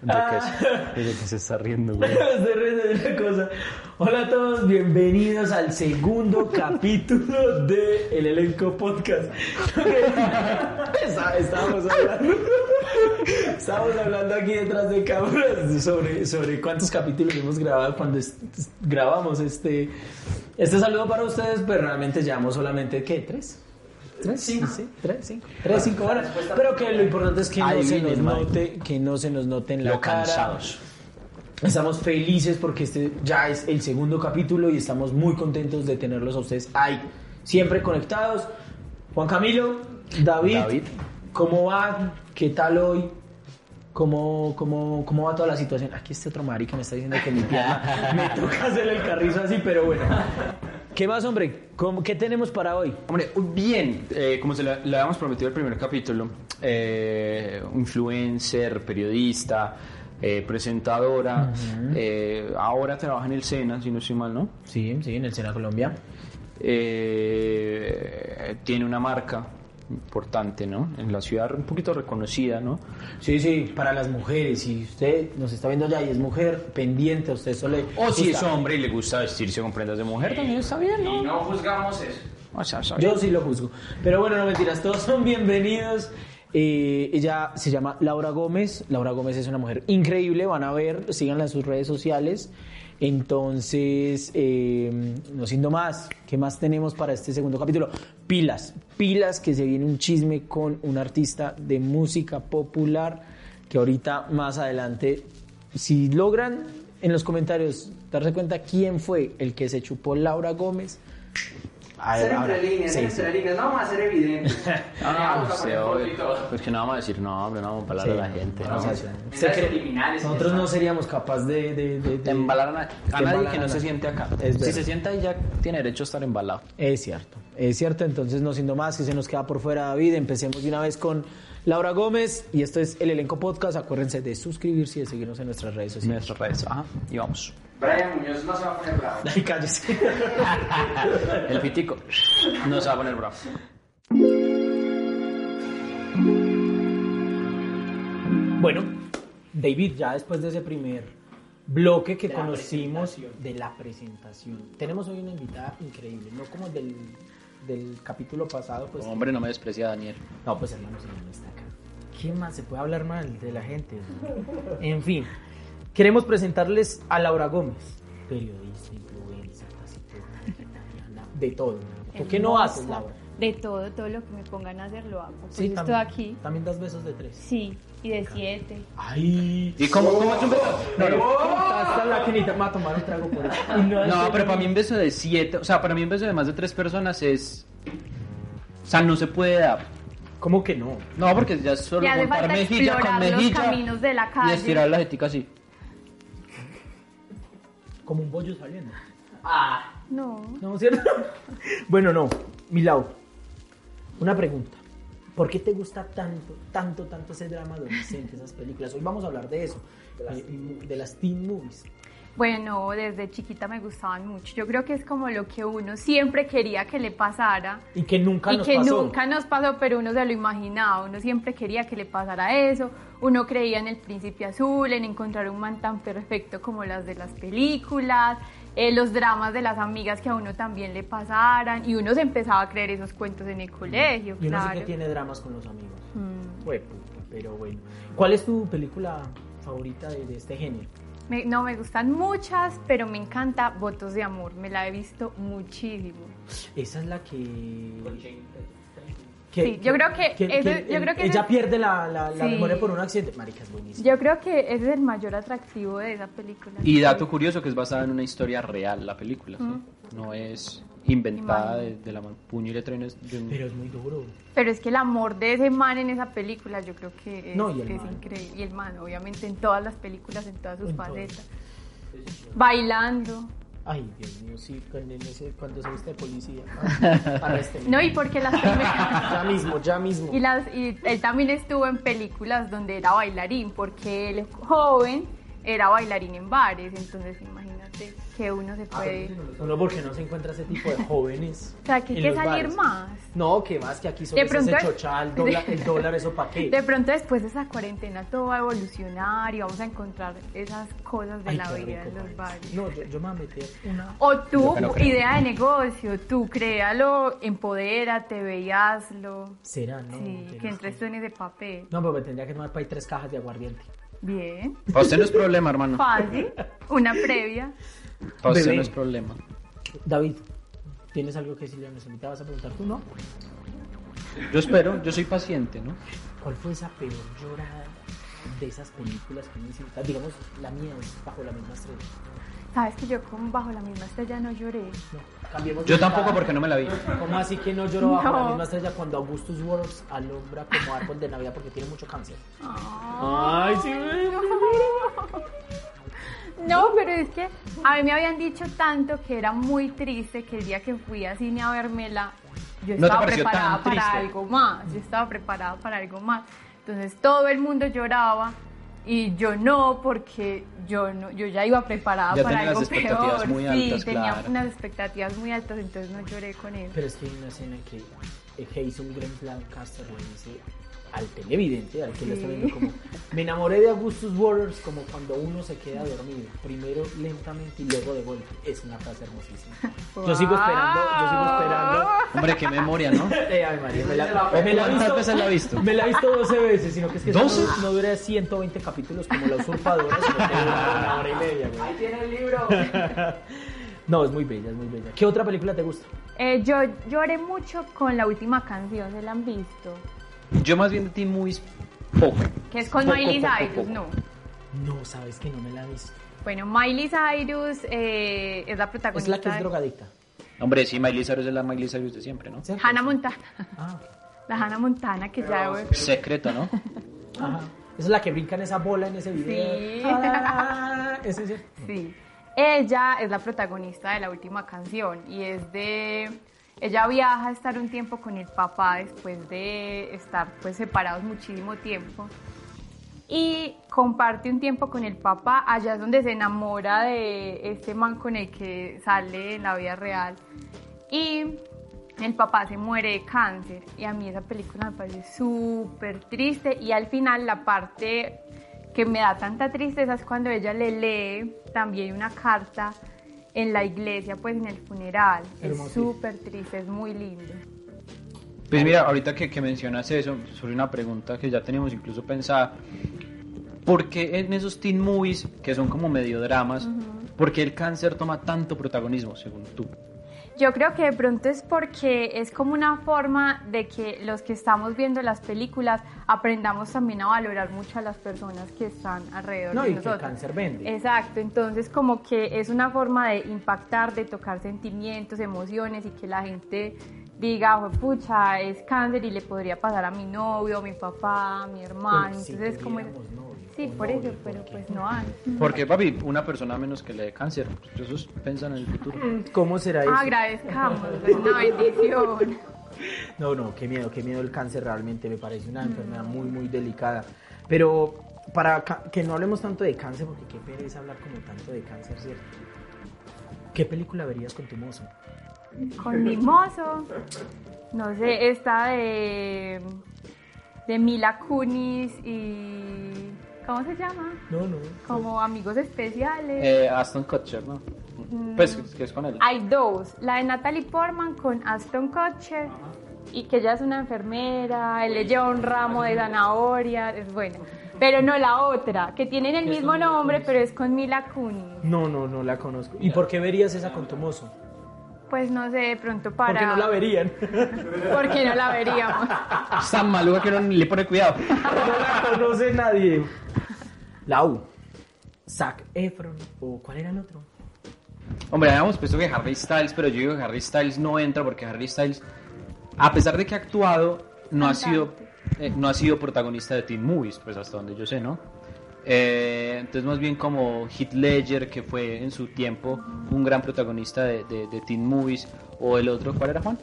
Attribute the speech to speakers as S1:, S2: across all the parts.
S1: Enrique, Enrique se está riendo, güey.
S2: Se ríe de una cosa. Hola a todos, bienvenidos al segundo capítulo de El Elenco Podcast. Está- Estábamos hablando, estábamos hablando aquí detrás de cámaras sobre, sobre cuántos capítulos hemos grabado cuando es- grabamos este, este saludo para ustedes, pero realmente llevamos solamente, ¿qué? ¿Tres? ¿Tres? Cinco. Sí, tres, cinco. Tres, cinco horas. Pero que lo importante es que no se nos
S1: Adivinen, marica.
S2: note, que no se nos note en la
S1: Lo
S2: cara.
S1: cansados.
S2: Estamos felices porque este ya es el segundo capítulo y estamos muy contentos de tenerlos a ustedes ahí, siempre conectados. Juan Camilo, David,
S1: David.
S2: ¿cómo va? ¿Qué tal hoy? ¿Cómo, cómo, ¿Cómo va toda la situación? Aquí este otro marica me está diciendo que mi pierna me toca hacerle el carrizo así, pero bueno. ¿Qué más, hombre? ¿Cómo- ¿Qué tenemos para hoy?
S1: Hombre, bien, eh, como se lo, lo habíamos prometido el primer capítulo, eh, influencer, periodista, eh, presentadora, eh, ahora trabaja en el SENA, si no estoy mal, ¿no?
S2: Sí, sí, en el Sena Colombia.
S1: Eh, tiene una marca importante, ¿no? En la ciudad un poquito reconocida, ¿no?
S2: Sí, sí, para las mujeres. Si usted nos está viendo ya y es mujer, pendiente, a usted solo. le
S1: O si es
S2: gusta.
S1: hombre y le gusta vestirse con prendas de mujer, también está bien, ¿no?
S3: Y no juzgamos eso.
S1: O sea, está bien.
S2: Yo sí lo juzgo. Pero bueno, no mentiras, todos son bienvenidos. Eh, ella se llama Laura Gómez. Laura Gómez es una mujer increíble. Van a ver, síganla en sus redes sociales. Entonces, eh, no siendo más, ¿qué más tenemos para este segundo capítulo? Pilas, pilas, que se viene un chisme con un artista de música popular que ahorita más adelante, si logran en los comentarios darse cuenta quién fue el que se chupó Laura Gómez. a ver,
S3: Ser
S2: ahora-
S3: entre líneas,
S2: sí,
S3: ser
S2: sí.
S3: entre líneas. No vamos a ser evidentes.
S1: Ah,
S3: Vamos a
S1: se
S3: poner foto y
S1: oye.
S3: todo.
S1: Pues que no vamos a decir nombre, no vamos a hablar
S2: Sí,
S1: a la gente.
S2: no,
S1: ¿no?
S2: no, no.
S3: Mensajes
S2: Usted cree-
S3: subliminales,
S2: Nosotros
S3: ya
S2: no
S3: está.
S2: seríamos capaces de, de- de-
S1: De
S2: de-
S1: embalar a, na- a
S2: de
S1: nadie
S2: embalar
S1: que
S2: a
S1: no se
S2: nadie.
S1: siente acá.
S2: Es
S1: si
S2: verdad.
S1: se sienta ahí ya tiene derecho a estar embalado.
S2: Es cierto, es cierto. Entonces, no siendo más, que se nos queda por fuera David, empecemos de una vez con Laura Gómez. Y esto es El Elenco Podcast. Acuérdense de suscribirse y de seguirnos en nuestras redes
S1: En
S2: sociales.
S1: nuestras redes. Ajá, y vamos.
S3: Brian Muñoz no se va a poner bravo.
S2: Ay, cállese.
S1: El pitico no se va a poner bravo.
S2: Bueno, David, ya después de ese primer bloque que conocimos de la presentación, tenemos hoy una invitada increíble, no como del, del capítulo pasado, pues.
S1: Hombre, no me desprecia Daniel.
S2: No, pues hermano, si no está acá. ¿Qué más se puede hablar mal de la gente? no? en fin, queremos presentarles a Laura Gómez, periodista, influencer, taciturna, vegetariana, de todo. ¿Tú qué no
S4: Hermosa.
S2: haces, Laura?
S4: De todo, todo lo que me pongan a hacer lo hago. Pues
S2: Sí,
S4: yo estoy
S2: también-
S4: aquí.
S2: También das besos de tres.
S4: Sí, y de siete.
S2: Ay.
S1: ¿Y cómo, cómo es un beso? No, no.
S2: Hasta la quinita me va a tomar un trago por eso.
S1: No, pero para mí un beso de siete, o sea, para mí un beso de más de tres personas es. O sea, no se puede dar.
S2: ¿Cómo que no?
S1: No, porque ya es solo
S4: Ya hace
S1: juntar
S4: falta
S1: mejilla con
S4: explorar los
S1: mejilla
S4: caminos de la
S1: y
S4: calle.
S1: estirar la jetica así.
S2: Como un bollo saliendo.
S4: No.
S2: ¿No cierto? bueno, no. Milau, una pregunta. ¿Por qué te gusta tanto, tanto, tanto ese drama adolescente, esas películas? Hoy vamos a hablar de eso, de las, de las teen movies.
S4: Bueno, desde chiquita me gustaban mucho. Yo creo que es como lo que uno siempre quería que le pasara.
S2: Y que nunca
S4: Y
S2: nos
S4: que
S2: pasó.
S4: nunca nos pasó, pero uno se lo imaginaba. Uno siempre quería que le pasara eso. Uno creía en el príncipe azul, en encontrar un man tan perfecto como las de las películas, eh, los dramas de las amigas que a uno también le pasaran. Y uno se empezaba a creer esos cuentos en el colegio,
S2: Yo no sé
S4: claro.
S2: que tiene dramas con los amigos.
S4: Mm.
S2: Fue puta, pero bueno. ¿Cuál es tu película favorita de, de este género?
S4: Me- no, me gustan muchas, pero me encanta Votos de Amor. Me la he visto muchísimo.
S2: Esa es la que... que-
S4: Sí, yo creo que ese- yo creo que
S2: ella
S4: ese-
S2: pierde la, la- la
S4: Sí.
S2: memoria por un accidente. Marica, es buenísimo.
S4: Yo creo que ese es el mayor atractivo de esa película.
S1: Y dato curioso que es basada en una historia real la película, ¿sí? No es inventada de, de la mano. Puño y letra. y no es- yo no-
S2: Pero es muy duro.
S4: Pero es que el amor de ese man en esa película, yo creo que es,
S2: No, y el
S4: es
S2: man.
S4: increíble. Y el man, obviamente, en todas las películas, en todas sus
S2: En todas.
S4: facetas. Bailando.
S2: Ay, Dios mío, sí, cuando, en ese- cuando se viste de policía. Ah, arrésteme.
S4: No, y porque las primeras...
S2: Ya mismo, ya mismo.
S4: Y, las, y él también estuvo en películas donde era bailarín, porque él joven era bailarín en bares, entonces imagínate que uno
S2: Ah,
S4: se puede...
S2: Uno porque no se encuentra ese tipo de jóvenes.
S4: O sea, que hay
S2: en
S4: que
S2: los
S4: salir
S2: bares.
S4: más.
S2: No, que más que aquí solo
S4: De
S2: es
S4: pronto-
S2: ese chochal, dólar, el dólar, eso pa' qué.
S4: De pronto después de esa cuarentena todo va a evolucionar y vamos a encontrar esas cosas de
S2: Ay,
S4: la
S2: qué
S4: vida
S2: rico,
S4: en
S2: Maris.
S4: los bares.
S2: No, yo, yo me voy a meter una.
S4: O tú, idea de negocio, tú créalo, empodérate, veíaslo.
S2: Será, ¿no?
S4: sí,
S2: Tienes
S4: que entres tú en ese papel.
S2: No, pero me tendría que tomar para ir tres cajas de aguardiente.
S4: Bien,
S1: Para usted no es problema, hermano.
S4: fácil, una previa.
S1: Para usted
S2: Bebé.
S1: no es problema.
S2: David, ¿tienes algo que decirle a nuestra invitada? ¿Vas a preguntar tú, no?
S1: Yo espero, yo soy paciente, ¿no?
S2: ¿Cuál fue esa peor llorada de esas películas que me hiciste? Digamos, la mía es bajo la misma estrella.
S4: Sabes que yo con bajo la misma estrella no lloré.
S2: No, cambiemos de
S1: Yo tampoco
S2: invitada.
S1: porque no me la vi.
S2: ¿Cómo así que no lloró bajo la
S4: No.
S2: misma estrella cuando Augustus Worms alumbra como árbol de Navidad porque tiene mucho cáncer?
S4: Ay, sí. No, pero es que a mí me habían dicho tanto que era muy triste que el día que fui a cine a vermela, yo
S1: ¿No te
S4: estaba
S1: pareció tan
S4: preparada para
S1: triste?
S4: algo más, yo estaba preparada para algo más. Entonces todo el mundo lloraba y yo no porque yo no, yo ya iba preparada
S1: Ya
S4: para
S1: tenía las
S4: algo
S1: expectativas
S4: peor.
S1: muy
S4: sí,
S1: altas,
S4: tenía
S1: claro.
S4: unas expectativas muy altas, entonces no lloré con él.
S2: Pero es que hay una escena que eh, Hazel Grace Lancaster le dice al televidente, al que lo está viendo,
S4: Sí.
S2: como me enamoré de Augustus Waters como cuando uno se queda dormido, primero lentamente y luego de golpe. Es una frase hermosísima. Yo sigo esperando, yo sigo
S4: Ah.
S2: esperando.
S1: Hombre, qué memoria, ¿no?
S2: Eh, ay, María, me la, me la he
S1: ¿Cuántas
S2: visto-
S1: veces la ha visto?
S2: Me la he visto 12 veces, sino que es que esa
S1: ¿Doce?
S2: no, no dura 120 capítulos como la usurpadora, sino que dura una hora y media, güey.
S3: Ahí tiene el libro.
S2: No, es muy bella, es muy bella. ¿Qué otra película te gusta?
S4: Eh, yo lloré mucho con la última canción, ¿se la han visto?
S1: Yo más bien de ti muy poco.
S4: Que es con
S1: Poco,
S4: Miley
S1: poco,
S4: Cyrus,
S1: poco.
S4: no.
S2: No, sabes que no me la he visto.
S4: Bueno, Miley Cyrus eh, es la
S2: Es
S4: protagonista
S2: la que es drogadicta.
S1: Hombre, sí, Miley Cyrus es la Miley Cyrus de siempre, ¿no?
S4: de
S2: ¿cierto?
S4: Hannah Montana.
S2: Ah,
S4: La Hannah Montana que ya...
S1: Secreto, ¿no?
S2: ajá. Esa es la que brinca en esa bola en ese video.
S4: Sí.
S2: Ah, ¿Ese es cierto?
S4: Sí. Ella es la protagonista de la última canción y es de... Ella viaja a estar un tiempo con el papá después de estar pues separados muchísimo tiempo y comparte un tiempo con el papá, allá es donde se enamora de este man con el que sale en la vida real y el papá se muere de cáncer y a mí esa película me parece súper triste y al final la parte que me da tanta tristeza es cuando ella le lee también una carta en la iglesia, pues en el funeral. Es
S2: Hermosísimo.
S4: súper triste, es muy lindo.
S1: Pues mira, ahorita que, que mencionas eso, sobre una pregunta que ya teníamos incluso pensada. ¿Por qué en esos teen movies, que son como medio dramas, por qué el cáncer toma tanto protagonismo, según tú?
S4: Yo creo que de pronto es porque es como una forma de que los que estamos viendo las películas aprendamos también a valorar mucho a las personas que están alrededor
S2: No,
S4: de
S2: y que el
S4: nosotros.
S2: cáncer vende.
S4: Exacto, entonces como que es una forma de impactar, de tocar sentimientos, emociones y que la gente diga, "Jue pucha, es cáncer y le podría pasar a mi novio, a mi papá, a mi hermano.
S2: Pero si
S4: entonces es como...
S2: tuviéramos novio
S4: sí,
S2: o
S4: por
S2: novia,
S4: eso, pero
S2: porque-
S4: pues no hay.
S1: Porque, papi, una persona menos que le dé cáncer. Esos piensan en el futuro.
S2: ¿Cómo será
S4: Ah,
S2: eso?
S4: Agradezcamos, es una bendición.
S2: No, no, qué miedo, qué miedo el cáncer realmente, me parece una enfermedad muy, muy delicada. Pero para ca- que no hablemos tanto de cáncer, porque qué pereza hablar como tanto de cáncer, ¿cierto? ¿Qué película verías con tu mozo?
S4: con Mimoso. No sé, esta de. de Mila Kunis y. ¿Cómo se llama?
S2: No, no.
S4: Como amigos especiales.
S1: Eh, Aston Kutcher, ¿no? Pues que- que es con él.
S4: Hay dos: la de Natalie Portman con Aston Kutcher. Y que ella es una enfermera, él le lleva un ramo de zanahoria, es buena. Pero no la otra, que tienen el mismo nombre, pero es con Mila Kunis.
S2: No, no, no la conozco. ¿Y por qué verías esa con tu mozo?
S4: Pues no sé, de pronto para.
S2: Porque no la verían.
S4: Porque no la veríamos.
S1: Es tan maluca que no le pone cuidado.
S2: no la conoce nadie. La U. Zac Efron. ¿O cuál era el otro?
S1: Hombre, habíamos puesto que Harry Styles, pero yo digo que Harry Styles no entra porque Harry Styles, a pesar de que ha actuado, no ha sido, eh, no ha sido protagonista de Teen Movies, pues hasta donde yo sé, ¿no? Eh, entonces más bien como Heath Ledger, que fue en su tiempo un gran protagonista de, de, de Teen Movies, o el otro, ¿cuál era Juan?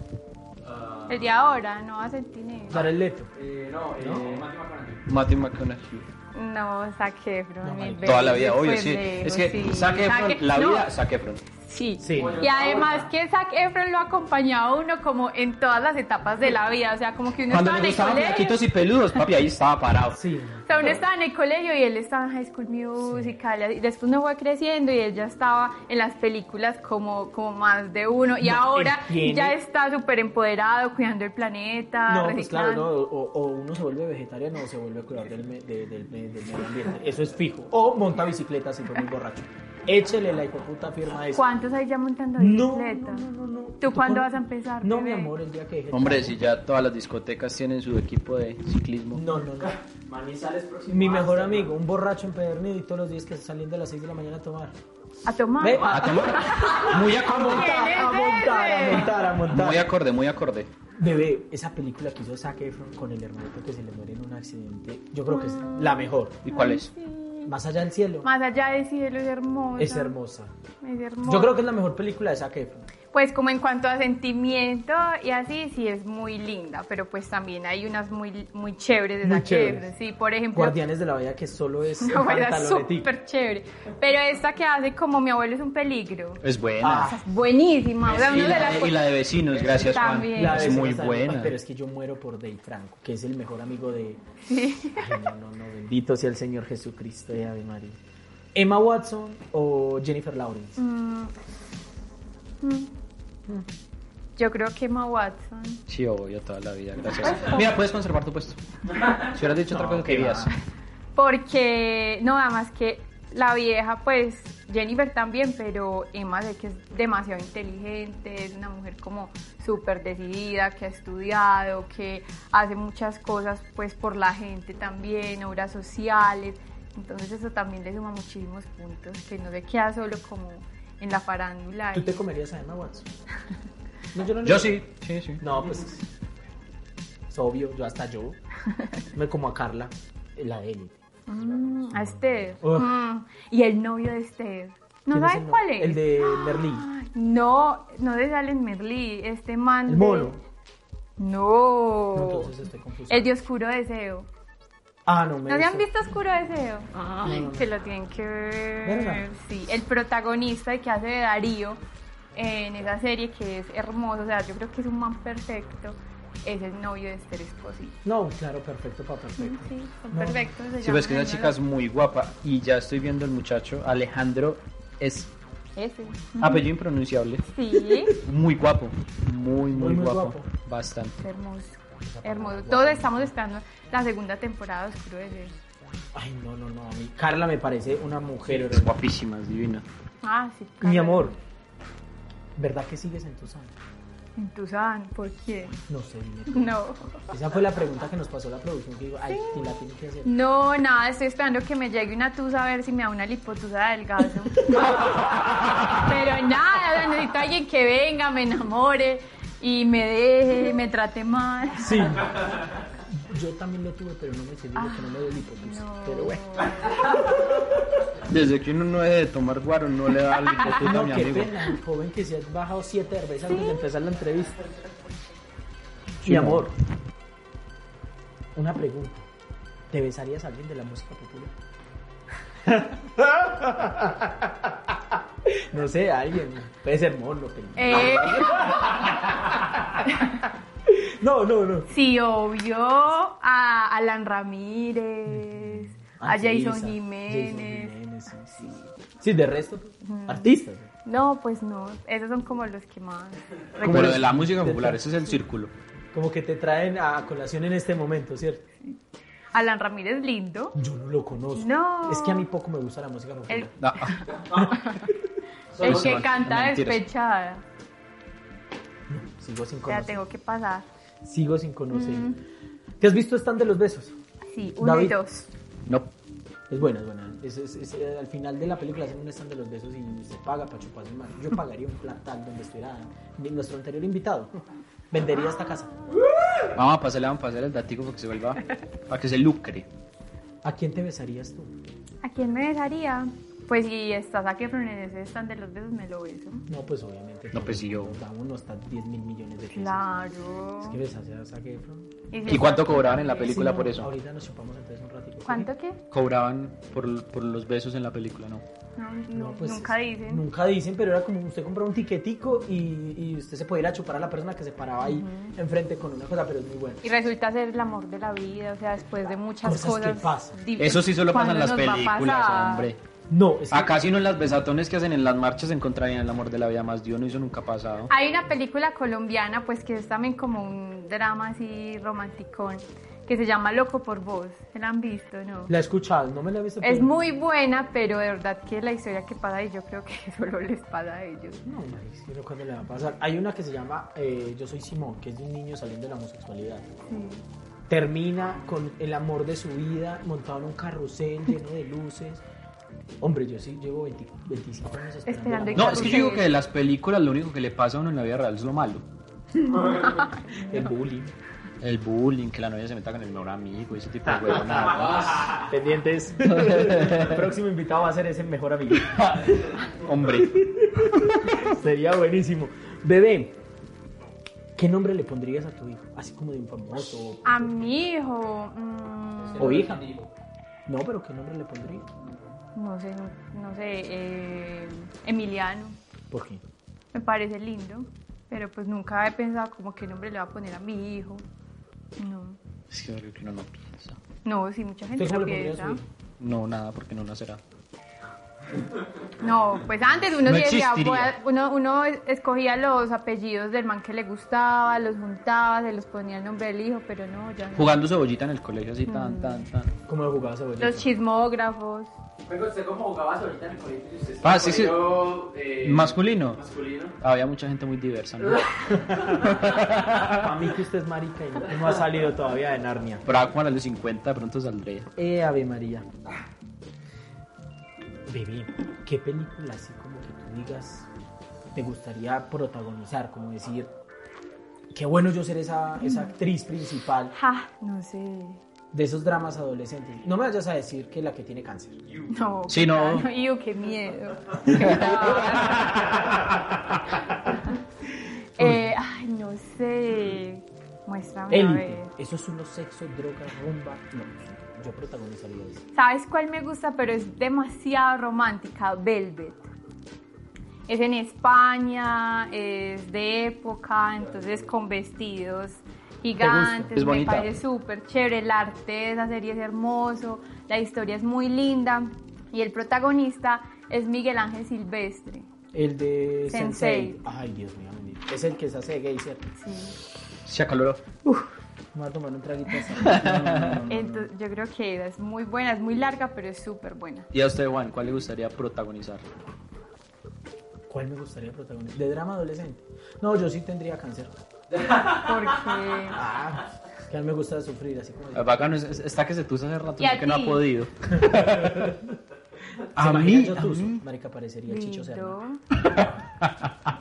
S4: El de ahora, no hace dinero.
S2: Para el leto.
S3: Eh, no, eh, Matthew McConaughey.
S1: Matthew McConaughey.
S4: No, Zac Efron. mil
S1: Toda la
S4: veces
S1: vida, obvio,
S4: fue
S1: sí.
S4: lejos,
S1: Es que
S4: pues, sí.
S1: Zac Efron, la
S4: no,
S1: vida, Zac Efron.
S4: Sí.
S2: Sí.
S4: Y además que Zac Efron lo ha acompañado a uno como en todas las etapas de la vida, o sea, como que uno
S1: Cuando
S4: estaba
S1: le
S4: en el
S1: gustaban
S4: colegio.
S1: flaquitos y peludos, papi, ahí estaba parado.
S2: Sí.
S4: O sea, uno estaba en el colegio y él estaba en High School Musical, y después uno fue creciendo y él ya estaba en las películas como, como más de uno, y ahora
S2: él tiene-
S4: ya está súper empoderado, cuidando el planeta,
S2: No, pues claro, no,
S4: reciclando.
S2: o, o uno se vuelve vegetariano o se vuelve a cuidar del, me- de- del, me- del medio ambiente. Eso es fijo. O monta bicicleta si fue muy borracho. Échele la hipoputa firma a eso.
S4: ¿Cuántos hay ya montando
S2: No,
S4: bicicleta?
S2: no, no, no, no.
S4: ¿Tú cuándo
S2: con-
S4: vas a empezar,
S2: No, mi
S4: bebé?
S2: amor, el día que deje el
S1: Hombre,
S2: trago.
S1: si ya todas las discotecas tienen su equipo de ciclismo.
S2: No, no, no.
S3: Manizales próximo.
S2: Mi mejor amigo, un borracho empedernido y todos los días que se salen de las 6 de la mañana a tomar.
S4: A tomar.
S2: Ve,
S1: A tomar. Muy acorde.
S2: montar,
S4: ¿Quién es
S2: a montar, a
S4: ese?
S2: montar, a montar.
S1: Muy acorde, muy acorde.
S2: Bebé, esa película que hizo Zac Efron con el hermanito que se le muere en un accidente, yo creo que es la mejor.
S1: ¿Y cuál es?
S2: Más allá del cielo,
S4: Más allá del cielo es hermosa.
S2: es hermosa.
S4: Es hermosa.
S2: Yo creo que es la mejor película de Zac Efron.
S4: Pues como en cuanto a sentimiento y así, sí es muy linda, pero pues también hay unas muy, muy chéveres de
S2: Muy
S4: Zac
S2: chéveres.
S4: Efron, Sí, por ejemplo...
S2: Guardianes de la Bahía que solo es
S4: una
S2: un
S4: buena
S2: pantalonetico.
S4: súper chévere. Pero esta que hace como mi abuelo es un peligro.
S1: Es
S2: Ah,
S1: buena.
S4: Esa es buenísima. o sea,
S1: Ah. y,
S4: uno se
S1: la,
S4: la-
S1: y la de vecinos, gracias, Juan.
S4: También.
S2: La
S1: Es
S2: de
S1: muy
S2: Sebastián Bach,
S1: buena.
S2: Pero es que yo muero por Dave Franco, que es el mejor amigo de. Ay, no, no, no, bendito sea el Señor Jesucristo y Ave María. Emma Watson o Jennifer Lawrence.
S4: Mm. Yo creo que Emma Watson.
S1: Sí, obvio, toda la vida, gracias. Mira, puedes conservar tu puesto. Si hubieras dicho otra cosa, que dirías.
S4: Porque, no, además que la vieja, pues Jennifer también, pero Emma sé que es demasiado inteligente, es una mujer como súper decidida, que ha estudiado, que hace muchas cosas pues por la gente también, obras sociales. Entonces eso también le suma muchísimos puntos, que no se queda solo como en la farándula.
S2: ¿Tú te comerías a Emma Watson? No, yo no le-
S1: Yo sí. Sí, sí.
S2: No, pues. Es obvio, yo hasta yo. Me como a Carla, la de élite.
S4: Mm, a Esther.
S2: Uf.
S4: Mm, Y el novio de Esther.
S2: ¿Quién
S4: ¿No
S2: es
S4: sabes
S2: el no-
S4: cuál es?
S2: El de Merlí.
S4: No, no de Salen Merlí, este man.
S2: El
S4: de-
S2: mono.
S4: No.
S2: No, entonces estoy confuso.
S4: El de Oscuro Deseo.
S2: Ah, no, me
S4: ¿No se han
S2: dice.
S4: visto Oscuro Deseo? Se lo tienen que ver.
S2: Verga.
S4: Sí, el protagonista que hace de Darío en esa serie que es hermoso, o sea, yo creo que es un man perfecto. Es el novio de Esther Esposito.
S2: No, claro, perfecto, para perfecto.
S4: Sí, son
S2: No.
S4: perfectos. se
S1: Sí, ves que
S4: llaman
S1: esa
S4: ahí,
S1: chica
S4: ¿no?
S1: es muy guapa. Y ya estoy viendo el muchacho, Alejandro, es
S4: Ese. Ah.
S1: apellido impronunciable.
S4: Sí.
S1: Muy guapo. Muy, muy,
S2: Muy, muy
S1: guapo.
S2: guapo.
S1: Bastante.
S4: Hermoso, hermoso. Todos estamos esperando la segunda temporada de Oscuro Deseo.
S2: Ay, no, no, no. A mí Carla me parece una mujer.
S1: Es
S2: hermosa.
S1: guapísima, es divina.
S4: Ah, sí.
S2: Mi
S4: claro.
S2: amor, ¿verdad que sigues en tu sangre?
S4: En Tuzán, ¿por qué?
S2: No sé, dime tú.
S4: No.
S2: Esa fue la pregunta que nos pasó la producción. Que digo, ay, ¿quién la tiene que hacer?
S4: No, nada, estoy esperando que me llegue una tusa a ver si me da una lipotusa del gato. Pero nada, o sea, necesito a alguien que venga, me enamore y me deje, me trate mal.
S2: Sí. Yo también lo tuve, pero no me sirvió porque no me dio liposucción. Pero bueno.
S1: Desde que uno no debe de tomar guaro, no le da la hipoputa a
S2: No,
S1: mi
S2: qué
S1: amigo.
S2: pena, el joven que se ha bajado siete cervezas antes de empezar la entrevista. Mi amor, una pregunta. ¿Te besarías a alguien de la música popular? no sé, a alguien. Puede ser mono. pero-
S4: Eh,
S2: No, no, no.
S4: sí, obvio, a Alan Ramírez, a
S2: Angelisa,
S4: Ah, Jason Jiménez.
S2: Jason Jiménez, sí, sí. Sí, de resto, pues, artistas.
S4: No, pues no, esos son como los que más.
S1: Pero de la música popular, ese es el círculo.
S2: Como que te traen a colación en este momento, ¿cierto?
S4: Alan Ramírez lindo.
S2: Yo no lo conozco.
S4: No.
S2: Es que a mí poco me gusta la música popular.
S4: El,
S1: No, ah,
S4: el
S1: sí,
S4: que
S1: no,
S4: canta
S1: mentiras.
S4: despechada.
S2: Sigo sin
S4: Te la
S2: conocer.
S4: tengo Mm. que pasar.
S2: Sigo sin conocer. ¿Te has visto Stand de los Besos?
S4: Sí, uno y
S2: David.
S4: dos.
S1: no.
S2: Es buena, es buena. Es- es- es- eh, al final de la película hacen un stand de los besos y se paga para chuparse el mar. Yo pagaría un platal donde estuviera Adán, ni nuestro anterior invitado. Vendería esta casa.
S1: Vamos a pasarle, vamos a pasarle el datico para que se vuelva, para que se lucre.
S2: ¿A quién te besarías tú?
S4: ¿A quién me besaría? Pues si estás aquí en ese stand de los besos, me lo beso.
S2: No, pues obviamente.
S1: No, pues, sí, yo.
S2: Cada uno está 10 mil millones de pesos.
S4: Claro.
S2: Es que besarse a Zac Efron.
S4: si
S1: ¿Y cuánto cobraban en la película
S2: Sí, no,
S1: por eso?
S2: Ahorita nos chupamos entonces un ratito.
S4: ¿Cuánto qué?
S1: Cobraban por, por los besos en la película, ¿no?
S4: No,
S2: No,
S4: no,
S2: pues,
S4: nunca dicen.
S2: Nunca dicen, pero era como usted compraba un tiquetico y, y usted se podía ir a chupar a la persona que se paraba ahí enfrente con una cosa, pero es muy bueno.
S4: Y resulta ser el amor de la vida, o sea, después de muchas
S2: Cosas que
S4: cosas.
S2: pasan.
S4: di-
S1: Eso sí solo pasa en
S4: ¿cuándo
S1: las
S4: nos va a
S1: películas,
S4: pasar?
S1: hombre.
S2: No, es que
S1: Acá si no en las besatones que hacen en las marchas encontrarían el amor de la vida más. Dios no hizo nunca pasado.
S4: Hay una película colombiana, pues que es también como un drama así romanticón, que se llama Loco por Vos. ¿Se la han visto, no?
S2: la he escuchado, no me la he visto.
S4: Es
S2: pero-
S4: muy buena, pero de verdad que la historia que pasa ahí, yo creo que solo les pasa a ellos.
S2: No, Maris, yo no cuándo le va a pasar. Hay una que se llama eh, Yo soy Simón, que es de un niño saliendo de la homosexualidad. Termina con el amor de su vida montado en un carrusel lleno de luces. Hombre, yo sí llevo 20 25 años esperando.
S4: Esperando
S2: el
S1: No,
S2: amor.
S1: es que yo digo que de las películas lo único que le pasa a uno en la vida real es lo malo.
S2: el bullying.
S1: El bullying, que la novia se meta con el mejor amigo, ese
S2: Ah,
S1: tipo de pues. huevonadas.
S2: Pendientes. el próximo invitado va a ser ese mejor amigo.
S1: Hombre,
S2: Sería buenísimo. Bebé, ¿qué nombre le pondrías a tu hijo? Así como de un famoso.
S4: A mi hijo, mm,
S2: O hija. No, pero ¿qué nombre le pondría?
S4: no sé, no sé, eh, Emiliano,
S2: ¿Por qué?
S4: me parece lindo, pero pues nunca he pensado como qué nombre le va a poner a mi hijo. No,
S1: es que creo que uno no piensa.
S4: no, sí, mucha gente
S2: ¿Usted cómo
S4: lo
S2: le pondría a su
S4: piensa.
S2: hijo?
S1: No, nada, porque no nacerá.
S4: No, pues antes uno,
S1: No
S4: sí decía,
S1: existiría.
S4: voy a- uno, uno escogía los apellidos del man que le gustaba, los juntaba, se los ponía el nombre del hijo, pero no, ya no.
S1: Jugando cebollita en el colegio así tan, tan, tan.
S2: ¿Cómo lo jugaba Cebollita?
S4: Los chismógrafos.
S3: Venga, ¿usted cómo jugabas ahorita en el colegio? Si
S1: Ah,
S3: usted estaba
S1: sí,
S3: en
S1: sí.
S3: colegio,
S2: Mm.
S3: eh,
S1: ¿Masculino?
S3: Masculino.
S1: Había mucha gente muy diversa, ¿no?
S2: A mí que usted es marica y no, no ha salido todavía de Narnia.
S1: Pero ahora como a los 50 de pronto saldré.
S2: Eh, Ave María. Bebé, ¿qué película así como que tú digas te gustaría protagonizar? Como decir, qué bueno yo ser esa, esa actriz principal
S4: Ja, no sé.
S2: de esos dramas adolescentes. No me vayas a decir que la que tiene cáncer.
S4: No.
S1: Sí,
S4: qué
S1: no.
S4: tal, Iu, qué miedo. Qué tal. eh, ay, no sé. Muéstrame a
S2: Élite.
S4: ver.
S2: Eso es uno sexo, droga, rumba. No, yo protagonizaría eso.
S4: ¿Sabes cuál me gusta? Pero es demasiado romántica, Velvet. Es en España, es de época, entonces con vestidos gigantes,
S1: Es
S4: me
S1: bonita.
S4: parece súper chévere, el arte de esa serie es hermoso, la historia es muy linda y el protagonista es Miguel Ángel Silvestre.
S2: El de Sensei.
S4: Sensei.
S2: Ay, Dios mío, bendito. Es el que se hace gay, ¿cierto?
S4: Sí.
S1: Se acaloró.
S2: Me voy a tomar un traguito de esa. No, no, no, no, no.
S4: Entonces, yo creo que esa es muy buena, es muy larga, pero es súper buena.
S1: ¿Y a usted, Juan, cuál le gustaría protagonizar?
S2: ¿Cuál me gustaría protagonizar? De drama adolescente. No, yo sí tendría cáncer.
S4: Porque...
S2: Ah, es que a mí me gusta sufrir, así como.
S1: Eh, Bacano, es- es- está que se tusa hace rato,
S4: ¿Y a
S1: sino que no ha
S4: ti?
S1: podido.
S2: ¿Se
S1: a
S2: imagina
S1: mí,
S2: yo
S1: a
S2: tuzo?
S1: mí.
S2: Marica, parecería el Chicho Serna.
S4: Lindo.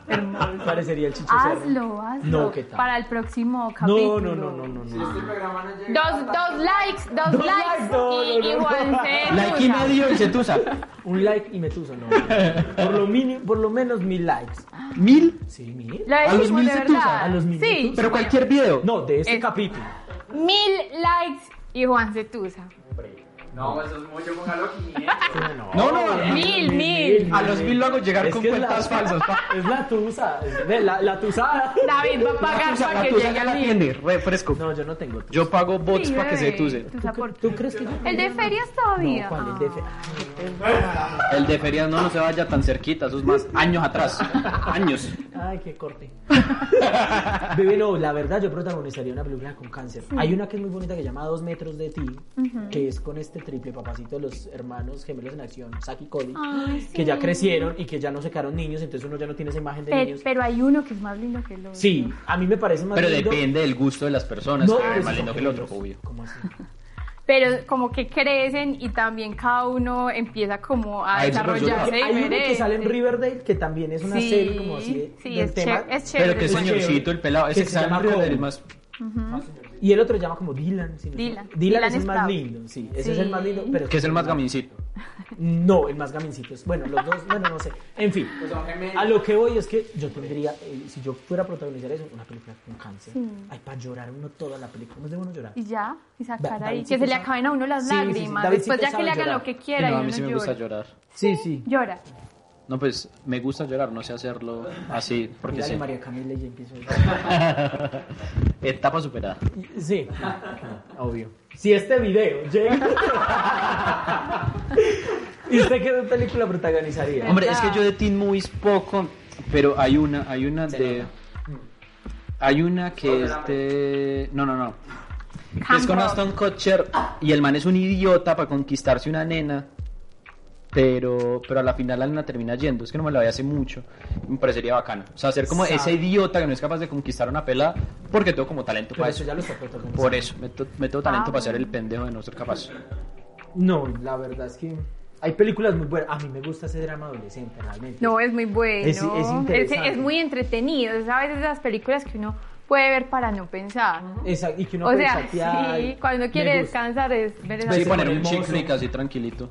S4: Hermoso.
S2: Parecería el Chicho Serna.
S4: Hazlo, hazlo.
S2: No, ¿qué tal?
S4: Para el próximo capítulo.
S2: No, no, no, no,
S1: Mm.
S2: no,
S3: este
S2: no.
S4: Dos, dos likes, dos,
S2: Dos likes,
S4: likes,
S2: no,
S4: y,
S2: no, no,
S4: y
S2: no.
S4: Juan se
S1: Like y
S4: usa.
S1: medio y se tusa.
S2: Un like y me tuzo, no. no. Por lo, mínimo, por lo menos mil likes.
S1: ¿Mil?
S2: Sí, mil.
S4: Lo
S1: los
S4: decimos
S1: mil
S4: de
S1: se tusa,
S4: verdad.
S2: a los mil se
S4: sí,
S1: Pero cualquier video.
S2: No, de este
S4: Es-
S2: capítulo.
S4: mil likes y Juan se tusa.
S3: No, eso es mucho, póngalo ¿eh? 500.
S1: No, no, no.
S4: Mil, mil.
S1: A los mil lo hago llegar con
S2: que es
S1: cuentas falsas. pa.
S2: Es la tusa, es de la, la tusada.
S4: David va a pagar
S1: O sea,
S4: para
S1: la
S4: que
S1: tusa
S4: llegue
S1: ya
S4: a
S1: la
S4: mil.
S1: tiene, refresco.
S2: No, yo no tengo tusa.
S1: Yo pago bots
S4: Sí,
S1: para que se
S4: bebé,
S1: tuse.
S4: tusa por
S2: ¿Tú crees que yo
S4: El de ferias todavía. Ah.
S2: No, ¿cuál? El de fe-
S1: El de ferias no, no se vaya tan cerquita, eso es más años atrás. Años.
S2: Ay, qué corte. Bebé, no, la verdad yo protagonizaría una película con cáncer. Hay una que es muy bonita que se llama Dos metros de ti, que es con este triple papacito de los hermanos gemelos en acción, Saki y Cody,
S4: Ay, sí.
S2: que ya crecieron y que ya no se quedaron niños, entonces uno ya no tiene esa imagen de
S4: Pe-
S2: niños.
S4: pero hay uno que es más lindo que el otro.
S2: Sí, a mí me parece más
S1: Pero
S2: lindo-
S1: depende del gusto de las personas.
S2: No,
S1: que es
S2: pues,
S1: más lindo que el otro,
S2: gemelos.
S1: obvio.
S2: ¿Cómo así?
S4: pero como que crecen y también cada uno empieza como a
S1: A desarrollar.
S4: desarrollarse y
S2: Hay uno que sale en
S4: merece.
S2: Riverdale, que también es una
S4: Sí,
S2: serie como así. de-
S4: sí,
S2: del
S4: es,
S2: tema.
S4: chévere, es chévere.
S1: Pero que
S4: es bueno.
S1: señorcito, el pelado. Ese
S2: Que
S1: que
S2: se
S1: sale
S2: llama
S1: en Riverdale,
S2: Cole.
S1: el más.
S2: Y el otro se llama como Dylan. si no
S4: Dylan.
S2: sé. Dylan,
S4: Dylan
S2: es el más
S4: Sprout.
S2: lindo, sí. Ese es
S4: Sí.
S2: el más lindo. Pero
S1: Que es el más gamincito.
S2: No, el más gamincitos. Bueno, los dos, bueno, no sé. En fin,
S3: son gemelos.
S2: a lo que voy es que yo tendría, eh, si yo fuera a protagonizar eso, una película con cáncer. Ay, para llorar uno toda la película. ¿Cómo es de bueno llorar?
S4: Y ya, y sacar
S2: Da-
S4: ahí.
S2: Davidcito
S4: Que se le
S2: sabe-
S4: acaben a uno las
S2: Sí, sí, sí,
S4: lágrimas.
S2: Davidcito
S4: Después ya que
S2: sabe
S4: le hagan
S2: llorar.
S4: lo que
S1: Y
S4: quiera.
S1: no,
S4: y
S1: a mí
S4: uno
S1: sí me
S4: llora.
S1: gusta llorar.
S2: Sí, sí.
S4: Llora.
S1: No, pues me gusta llorar, no sé hacerlo así, porque
S2: Dale
S1: sí.
S2: María Camila y ya empiezo a llorar.
S1: Etapa superada.
S2: Sí, obvio. Si este video llega. ¿Y usted qué película protagonizaría?
S1: Hombre, es
S4: ¿Verdad?
S1: que yo de teen movies poco, pero hay una, hay una de... Hay una que es de... No, no, no. Que es con
S4: Camp
S1: Aston Kutcher y el man es un idiota para conquistarse una nena. Pero, pero a la final la nena termina yendo. Es que no me la veía hace mucho. Me parecería bacano. O sea, ser como ese idiota que no es capaz de conquistar a una pelada porque tengo como talento
S2: Pero
S1: para
S2: eso
S1: eso.
S2: ya Ah, lo está protagonizando.
S1: pues, Por eso, me, to- me tengo talento para ser el pendejo de no ser capaz.
S2: No, la verdad es que hay películas muy buenas. A mí me gusta ese drama adolescente, realmente.
S4: No, es muy bueno.
S2: Es- es interesante.
S4: es muy entretenido. Es a veces de las películas que uno puede ver para no pensar.
S2: Exacto, y que uno
S4: o
S2: puede
S4: sea,
S2: chatear.
S4: sí, cuando
S2: Me
S4: quiere
S2: gusta.
S4: descansar es ver esas
S1: Sí,
S2: Pues,
S1: poner
S2: por
S1: un
S2: el
S1: chick
S2: mozo.
S1: flick así tranquilito.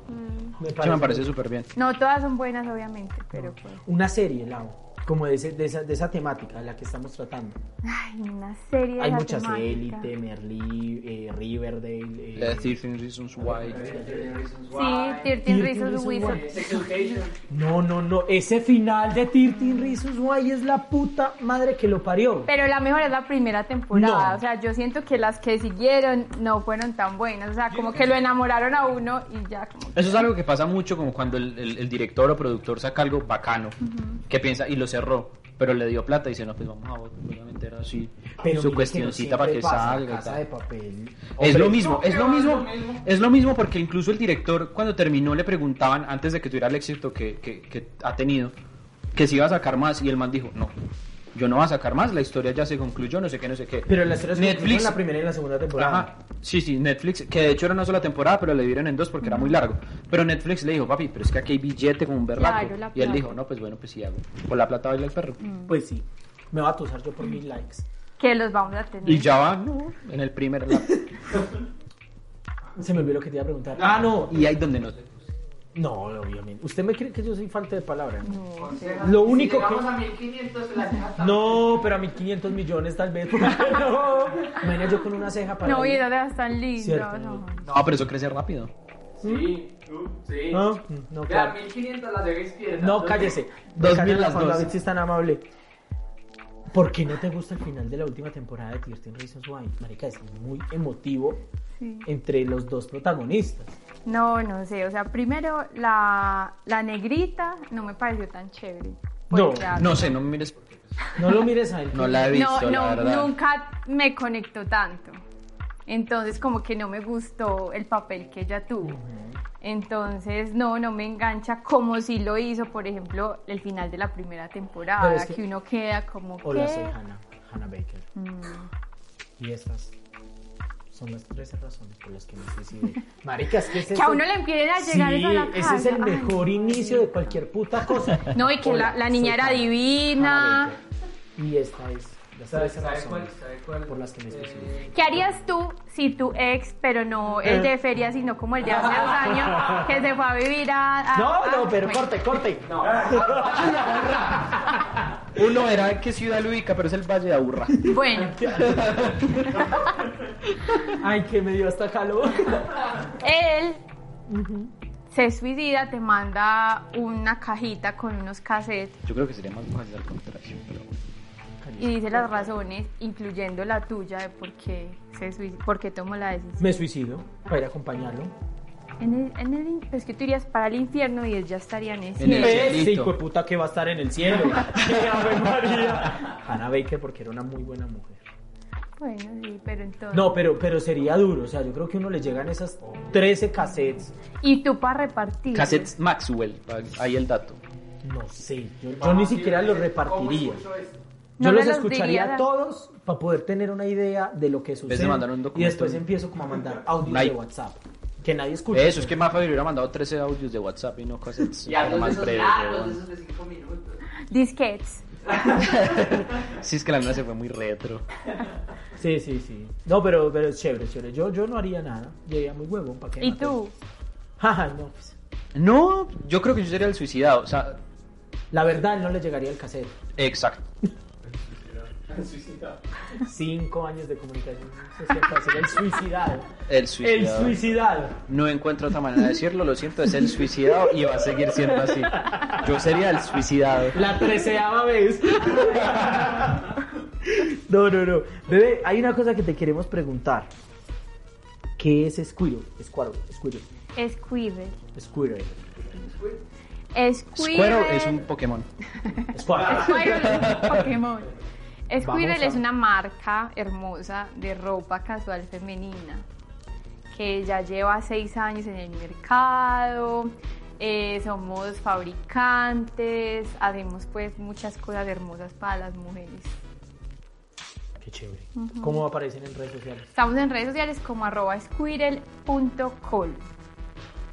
S2: Me
S1: Sí, me parece súper bien.
S4: No todas son buenas, obviamente, pero pues.
S2: Una serie, Lau, como de, ese- de esa, de esa temática de la que estamos tratando.
S4: Ay, una serie. de
S2: Hay
S4: la
S2: muchas,
S4: temática.
S2: Élite, Merlí, eh, Riverdale. eh,
S1: Eh, 13 Reasons Why.
S4: Sí, 13
S2: Thirteen
S4: Reasons
S2: Reasons
S4: Wizard.
S2: Why.
S3: Sex Education.
S2: No, no, no, ese final de Tirtin Reasons Why es la puta madre que lo parió.
S4: Pero la mejor es la primera temporada.
S2: No.
S4: O sea, yo siento que las que siguieron no fueron tan buenas. O sea, como que lo enamoraron a uno y ya como
S1: Eso es algo que pasa mucho como cuando el, el- el director o productor saca algo bacano, que piensa y lo cerró, pero le dio plata y dice, no, pues vamos a votar, obviamente era así,
S2: Pero mire que
S1: su
S2: no
S1: cuestioncita para
S2: siempre
S1: que
S2: pasa,
S1: salga. y
S2: Casa
S1: tal.
S2: de papel.
S1: Es
S2: Hombre,
S1: lo mismo, es lo
S3: no,
S1: mismo,
S3: es lo mismo.
S1: es lo mismo porque incluso el director cuando terminó le preguntaban antes de que tuviera el éxito que, que- que ha tenido, que si iba a sacar más y el man dijo, no, yo no voy a sacar más, la historia ya se concluyó, no sé qué, no sé qué.
S2: Pero las historias
S1: Netflix,
S2: la primera y la segunda temporada.
S1: Ajá. Sí, sí, Netflix, que de hecho era una sola temporada, pero le dividieron en dos porque era muy largo. Pero Netflix le dijo, papi, pero es que aquí hay billete con un berraco.
S4: Claro, la
S1: y él
S4: plata. Mm.
S1: dijo, no, pues bueno, pues sí hago. Por la plata baila el perro.
S2: Pues sí, me va a tosar yo por mil likes.
S4: que los vamos a tener.
S1: Y ya va, no, en el primer lap.
S2: Se me olvidó lo que te iba a preguntar. Ah, no.
S1: y ahí donde no.
S2: No, obviamente. ¿Usted me cree que yo soy falta de palabra? No.
S3: Conseja.
S2: Lo
S3: Si
S2: único que-
S3: llegamos a 1500 se las dejas tan-
S2: No, pero a 1500 millones tal vez. porque no. Imagina yo con una ceja para.
S4: No, y era tan
S2: Cierto.
S4: linda. no.
S1: No, pero eso crece rápido.
S3: Sí, tú, sí.
S2: No,
S1: Ah,
S2: no,
S3: Vean,
S2: claro.
S3: 1500 las dejé izquierdas.
S2: No, cállese.
S1: Dos
S2: Cállala
S1: mil las
S2: cuando
S1: dos.
S2: David sí es tan amable. ¿Por qué no te gusta el final de la última temporada de Tirtin Reasons Why? Marica, es muy emotivo
S4: Sí.
S2: entre los dos protagonistas.
S4: No, no sé. O sea, primero la, la negrita no me pareció tan chévere.
S2: No,
S4: ya-
S1: No sé, no me mires porque
S2: No lo mires a él.
S1: no la he visto,
S4: Ah, no,
S1: la
S4: no,
S1: verdad.
S4: nunca me conectó tanto. Entonces como que no me gustó el papel que ella tuvo. Entonces no, no me engancha como si lo hizo, por ejemplo, el final de la primera temporada,
S2: Pero es que-
S4: que... uno queda como
S2: Hola,
S4: ¿qué? Mm.
S2: soy Hannah, Hannah Baker. Y estas son las 13 razones por las que me suicidé. Maricas, ¿qué es
S4: Que a uno le empiecen a llegar
S2: sí,
S4: eso a la
S2: ese es el
S4: casa. Ay,
S2: mejor
S4: no.
S2: inicio de cualquier puta cosa.
S4: No, y que
S2: Hola,
S4: la, la niña
S2: soy
S4: era
S2: Hannah,
S4: divina.
S2: Hannah Baker. Y esta es las
S3: ¿Sabes
S2: 13
S3: sabes cuál?
S2: razones
S3: ¿Sabes cuál? Eh,
S2: por las que me suicidé.
S4: ¿Qué harías tú si tu ex, pero no el
S2: Eh.
S4: de feria, sino como el de hace dos años, que se fue a vivir a... a-
S2: No, no,
S4: a-
S2: pero
S4: bueno.
S2: corte, corte.
S3: ah, No.
S1: Uno era qué ciudad lo ubica, pero es el Valle de Aburra.
S4: Bueno,
S2: Ay, que me dio hasta calor.
S4: él se suicida, te manda una cajita con unos cassettes
S1: Yo creo que sería más fácil al contrario, pero bueno.
S4: y dice las razones, incluyendo la tuya de por qué se suicida, por qué tomó la decisión.
S2: Me suicido para ir a acompañarlo.
S4: En el, en el in- es que tú irías para el infierno y él ya estaría en el
S1: En el
S4: cielo.
S2: Ese
S1: cielito.
S2: hijo de puta que va a estar en el cielo. ¡Qué Ave María! Hannah Baker porque era una muy buena mujer.
S4: Bueno, sí, pero entonces.
S2: No, pero, pero sería duro. O sea, yo creo que uno le llegan esas 13 cassettes.
S4: Y tú para repartir.
S1: Cassettes Maxwell, ahí el dato. Ah, eh,
S2: No sé, yo, yo ni siquiera los repartiría.
S3: ¿Cómo escucho esto?
S4: No
S2: Yo
S4: me
S2: los
S4: los
S2: escucharía
S4: diría.
S2: a todos para poder tener una idea de lo que sucede.
S1: de mandar un
S2: y
S1: documento
S2: después
S1: en-
S2: empiezo como a mandar audios de
S1: Like.
S2: WhatsApp. Que nadie escucha.
S1: Eso, es que Mafa le hubiera mandado 13 audios de WhatsApp y no cosas
S3: Y algo de
S1: más
S3: esos
S1: breves.
S3: largos, de
S1: weón.
S3: esos de 5 minutos.
S4: Disquets.
S1: Sí, es que la mía se fue muy retro.
S2: Sí, sí, sí. No, pero, pero es chévere, es chévere. Yo, yo no haría nada. Yo iría muy huevón para que.
S4: ¿Y tú?
S2: Jaja, no. pues,
S1: No, yo creo que yo sería el suicidado. O sea,
S2: La verdad, no le llegaría el cassette.
S1: exacto.
S2: Cinco años de comunicación social para ser el suicidado.
S1: El
S2: El
S1: suicidado.
S2: suicidado.
S1: No encuentro otra manera de decirlo, lo siento, es el suicidado y va a seguir siendo así. Yo sería el suicidado.
S2: La treceava vez. No, no, no. Bebé, hay una cosa que te queremos preguntar. ¿Qué es Squirrel? Squirrel, Squirrel,
S4: Squirrel.
S2: Squirrel.
S4: Squirrel.
S1: Cuero es un Pokémon.
S2: Squirrel.
S4: Squirrel es un Pokémon. Squirrel
S2: a-
S4: es una marca hermosa de ropa casual femenina que ya lleva seis años en el mercado. eh, somos fabricantes, hacemos pues muchas cosas hermosas para las mujeres.
S2: Qué chévere. ¿Cómo aparecen en redes sociales?
S4: Estamos en redes sociales como arroba squirrel.col.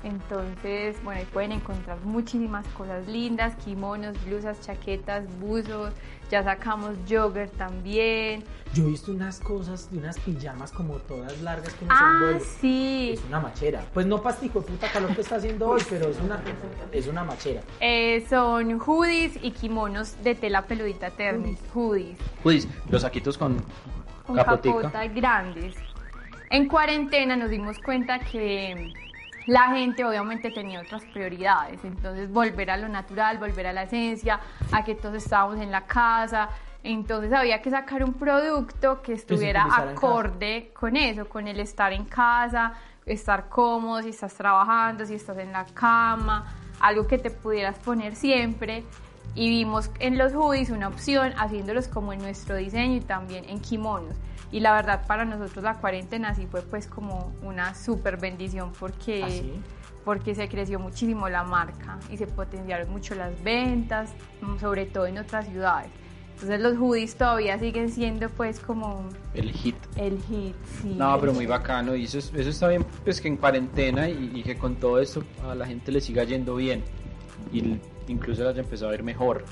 S4: Entonces, bueno, ahí pueden encontrar muchísimas cosas lindas, kimonos, blusas, chaquetas, buzos, ya sacamos jogger también.
S2: Yo he visto unas cosas de unas pijamas como todas largas como son
S4: Ah,
S2: vuelos.
S4: sí.
S2: Es una machera. Pues no pastico de puta calor que está haciendo hoy, pero es una, es una machera.
S4: Eh, son hoodies y kimonos de tela peludita térmica. Hoodies.
S1: Judis, los saquitos con
S4: Con
S1: capotica.
S4: capotas grandes. En cuarentena nos dimos cuenta que la gente obviamente tenía otras prioridades. Entonces, volver a lo natural, volver a la esencia, a que todos estábamos en la casa. Entonces, había que sacar un producto que estuviera
S2: estar en casa.
S4: acorde con eso, con el estar en casa, estar cómodo, si estás trabajando, si estás en la cama, algo que te pudieras poner siempre. Y vimos en los hoodies una opción haciéndolos como en nuestro diseño y también en kimonos. Y la verdad para nosotros la cuarentena sí fue pues como una súper bendición porque,
S2: ¿Ah, sí?
S4: porque se creció muchísimo la marca y se potenciaron mucho las ventas, mm, sobre todo en otras ciudades. Entonces los hoodies todavía siguen siendo pues como
S1: El hit.
S4: el hit, sí.
S1: No, pero muy bacano. Y eso, es- eso está bien, pues que en cuarentena y, y que con todo esto a la gente le siga yendo bien. Y l- incluso las haya empezado a ir mejor.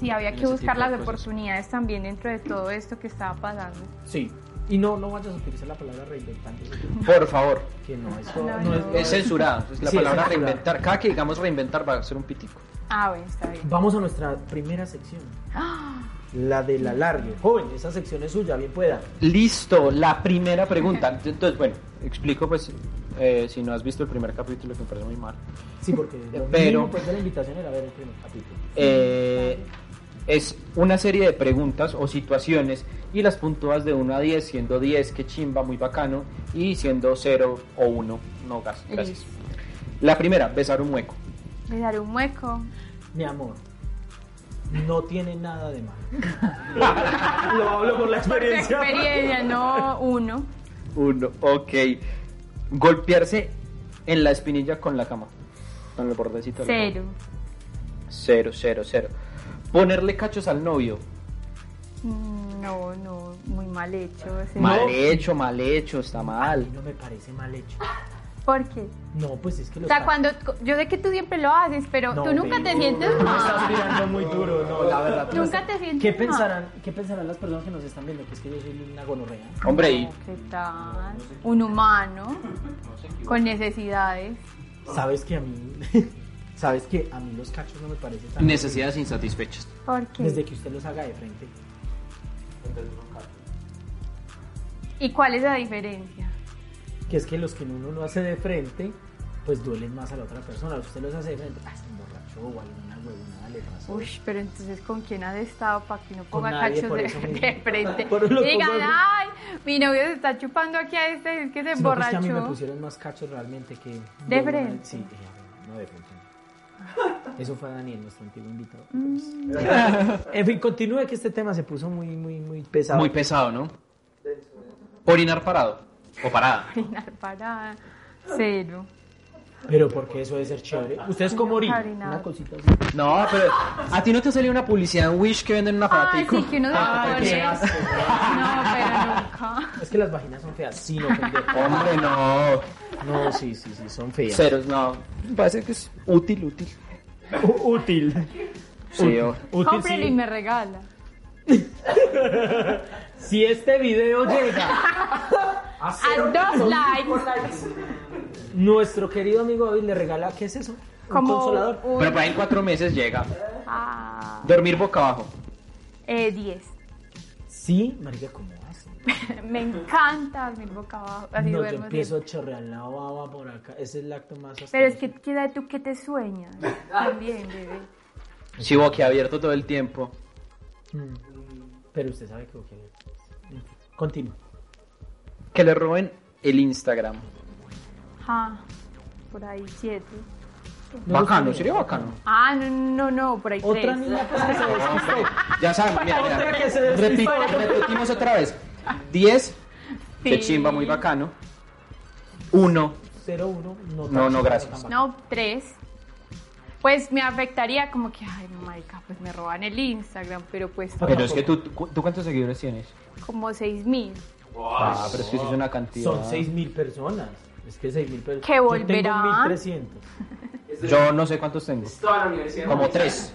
S4: Sí, había que
S1: ese
S4: buscar
S1: tipo de
S4: las
S1: cosas.
S4: oportunidades también dentro de todo esto que estaba pasando.
S2: Sí. Y no, no vayas a utilizar la palabra reinventante.
S1: Por favor.
S2: Que no, eso
S4: Ah, No,
S2: no
S4: no.
S1: Es censurado. Es la
S2: Sí, es
S1: palabra
S2: censurado.
S1: reinventar. Cada que digamos reinventar va a ser un pitico.
S4: Ah, bueno, está bien.
S2: Vamos a nuestra primera sección. La del alargue. Joven, esa sección es suya, bien pueda.
S1: Listo, la primera pregunta. Entonces, bueno, explico pues eh, si no has visto el primer capítulo que me parece muy mal.
S2: Sí, porque lo
S1: Pero-
S2: mínimo, pues de la invitación era ver el primer capítulo.
S1: Eh, es una serie de preguntas o situaciones y las puntúas de 1 a 10, siendo 10 que chimba, muy bacano, y siendo 0 o 1, no gas. Gracias. La primera, besar un hueco.
S4: Le daré un hueco.
S2: Mi amor, no tiene nada de malo. lo hablo por la experiencia.
S4: Experiencia, no uno.
S1: Uno, ok. Golpearse en la espinilla con la cama. Con el bordecito. de la cama.
S4: Cero.
S1: Cero, cero, cero. Ponerle cachos al novio.
S4: Mm, No, no, muy mal hecho. ese
S1: Mal
S4: no.
S1: hecho, mal hecho, está mal.
S2: Ay, no me parece mal hecho.
S4: ¿Por qué?
S2: No, pues es que lo
S4: O sea,
S2: está-
S4: cuando yo sé que tú siempre lo haces, pero
S2: No,
S4: tú nunca
S2: baby.
S4: te sientes
S2: Me estás
S4: mal.
S2: mirando muy duro, no, la verdad. tú me
S4: Nunca
S2: estás-
S4: te sientes
S2: ¿Qué
S4: mal.
S2: pensarán, ¿Qué pensarán las personas que nos están viendo? Que es que yo soy una gonorrea.
S1: Hombre, y
S4: No, ¿Qué tal? Un humano con necesidades.
S2: Sabes que a mí. Sabes que a mí los cachos no me parecen tan.
S1: necesidades insatisfechas.
S4: ¿Por qué?
S2: Desde que usted los haga de frente.
S4: ¿Y cuál es la diferencia?
S2: Que es que los que uno no hace de frente, pues duelen más a la otra persona. Usted los hace de frente. Ah, es un borracho o alguna huevonada le pasó.
S4: Uy, pero entonces ¿con quién has estado para que no
S2: Con
S4: ponga
S2: nadie,
S4: cachos
S2: por
S4: de,
S2: eso mismo.
S4: de frente?
S2: Por eso lo
S4: Y digan,
S2: pongo-
S4: ay, mi novio se está chupando aquí a este, es que se
S2: Sino pues que es que a mí me
S4: borrachó.
S2: pusieron más cachos realmente que.
S4: ¿De frente?
S2: Sí, de- no de frente. Eso fue Daniel, nuestro antiguo invitado.
S4: Mm.
S2: Pues, en fin, continúe que este tema se puso muy, muy, muy pesado.
S1: Muy pesado, ¿no? Orinar parado o parada.
S4: Orinar parada. Cero.
S5: Pero porque eso debe ser chévere. ¿Ustedes cómo orinan?
S4: Harina.
S5: Una cosita así.
S1: No, pero a ti no te salió una publicidad en Wish que venden Ah, un
S4: Ay,
S1: aparatico.
S4: sí, que uno se
S2: Ah,
S4: pone. No, pero nunca.
S2: Es que las vaginas son feas, sí, no pendejo.
S1: Hombre, no.
S2: No, sí, sí, sí, son feas.
S1: Ceros, no. Me Parece que es útil, útil.
S2: U- útil.
S1: Sí, o-
S2: Útil
S4: Cómprelo y
S2: sí.
S4: me regala.
S2: Si este video llega a
S4: A
S2: cero
S4: dos likes.
S2: likes, nuestro querido amigo David le regala, ¿qué es eso? Un
S4: Como
S2: consolador.
S4: un-
S1: Pero para ahí en cuatro meses llega.
S4: Ah,
S1: Dormir boca abajo.
S4: eh, 10.
S2: Sí, marica, ¿cómo hace?
S4: Me encanta dormir boca abajo. Así
S2: No, yo
S4: duermo
S2: empiezo
S4: siempre.
S2: a chorrear la baba por acá. Ese es el acto más asqueroso.
S4: Pero es que queda tú que te sueñas. También, bebé.
S1: Sí, boquiabierto todo el tiempo.
S2: Mm. Pero usted sabe que... Continúa.
S1: Que le roben el Instagram.
S4: Ajá. Ah. Por ahí 7.
S1: Bacano, sería bacano.
S4: Ah, no, no, no, por ahí
S2: Otra
S4: 3.
S2: niña pues, que se despistó.
S1: Ya sabemos, mira, mira.
S2: Otra que se despistó.
S1: Repi- repetimos otra vez. 10, que chimba, muy bacano. 1,
S2: 0-1. No,
S1: No, no,
S2: tan-
S1: gracias.
S2: tan
S4: No, 3. Pues me afectaría como que, ay, no, marica, pues me roban el Instagram, pero pues
S1: pero es que tú, ¿tú cuántos seguidores tienes?
S4: como 6 mil.
S1: Ah, pero es que eso es una cantidad.
S2: Son 6.000 personas. Es que 6.000 personas.
S4: Que volverá.
S2: Tengo 1.300.
S1: Yo no sé cuántos tengo.
S3: Toda la universidad.
S1: Como 3.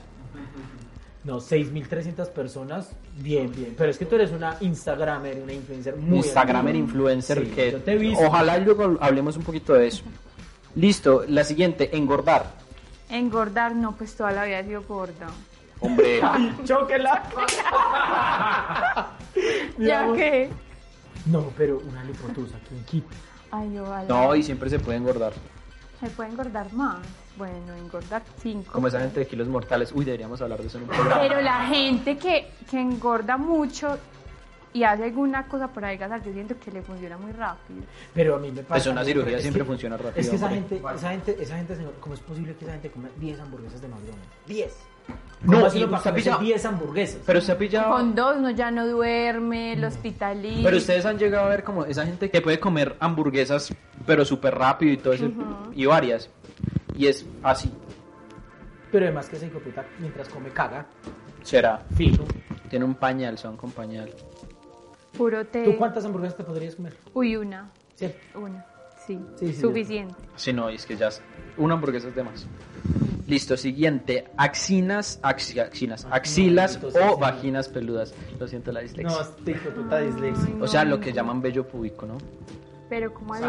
S2: No, 6.300 personas. Bien, bien. Pero es que tú eres una Instagramer, una influencer muy.
S1: Instagramer
S2: activa.
S1: influencer
S2: Sí,
S1: que
S2: Yo te he visto.
S1: ojalá luego hablemos un poquito de eso. Listo, la siguiente, engordar.
S4: Engordar, no, pues toda la vida he sido gorda.
S1: Hombre,
S2: ¡Chóquela!
S4: Ya que.
S2: No, pero una lipotusa, ¿quién quita?
S4: Ay, ojalá.
S1: no, y siempre se puede engordar.
S4: Se puede engordar más. Bueno, engordar 5.
S1: Como esa gente de kilos mortales. Uy, deberíamos hablar de eso en un programa.
S4: Pero la gente que, que engorda mucho y hace alguna cosa para adelgazar, yo siento que le funciona muy rápido.
S2: Pero a mí me pasa.
S1: Pues una
S2: yo
S1: cirugía
S2: creo- es
S1: siempre
S2: que-
S1: funciona rápido,
S2: Es que esa
S1: hombre.
S2: gente, esa gente, esa gente, señor, ¿cómo es posible que esa gente coma 10 hamburguesas de McDonald's? 10.
S1: No,
S2: ¿Cómo
S1: y
S2: hace
S1: usted
S2: uno para
S1: ha
S2: comerse
S1: pillado-
S2: 10 hamburguesas.
S1: Pero se ha pillado.
S4: Con dos, no ya no duerme, lo hospitaliza.
S1: Pero ustedes han llegado a ver como esa gente que puede comer hamburguesas, pero súper rápido y todo eso, y varias. Y es así,
S2: Pero además que ese hijo de puta, mientras come caga,
S1: será.
S2: fijo.
S1: Tiene un pañal, son con pañal.
S4: Puro
S2: ¿Tú
S4: té.
S2: cuántas hamburguesas te podrías comer?
S4: Uy, una.
S2: ¿Cierto?
S4: Una. Sí.
S2: Sí, sí,
S4: Suficiente.
S1: Si no, y es que ya es- una hamburguesa es de más. Listo, siguiente. Axinas, axi- axinas, axilas
S2: maldito
S1: o
S2: sea, Ah, sí.
S1: vaginas peludas. Lo siento la dislexia.
S2: este hijo de puta dislexia.
S1: o sea, lo que llaman vello púbico, ¿no?
S4: Pero como así.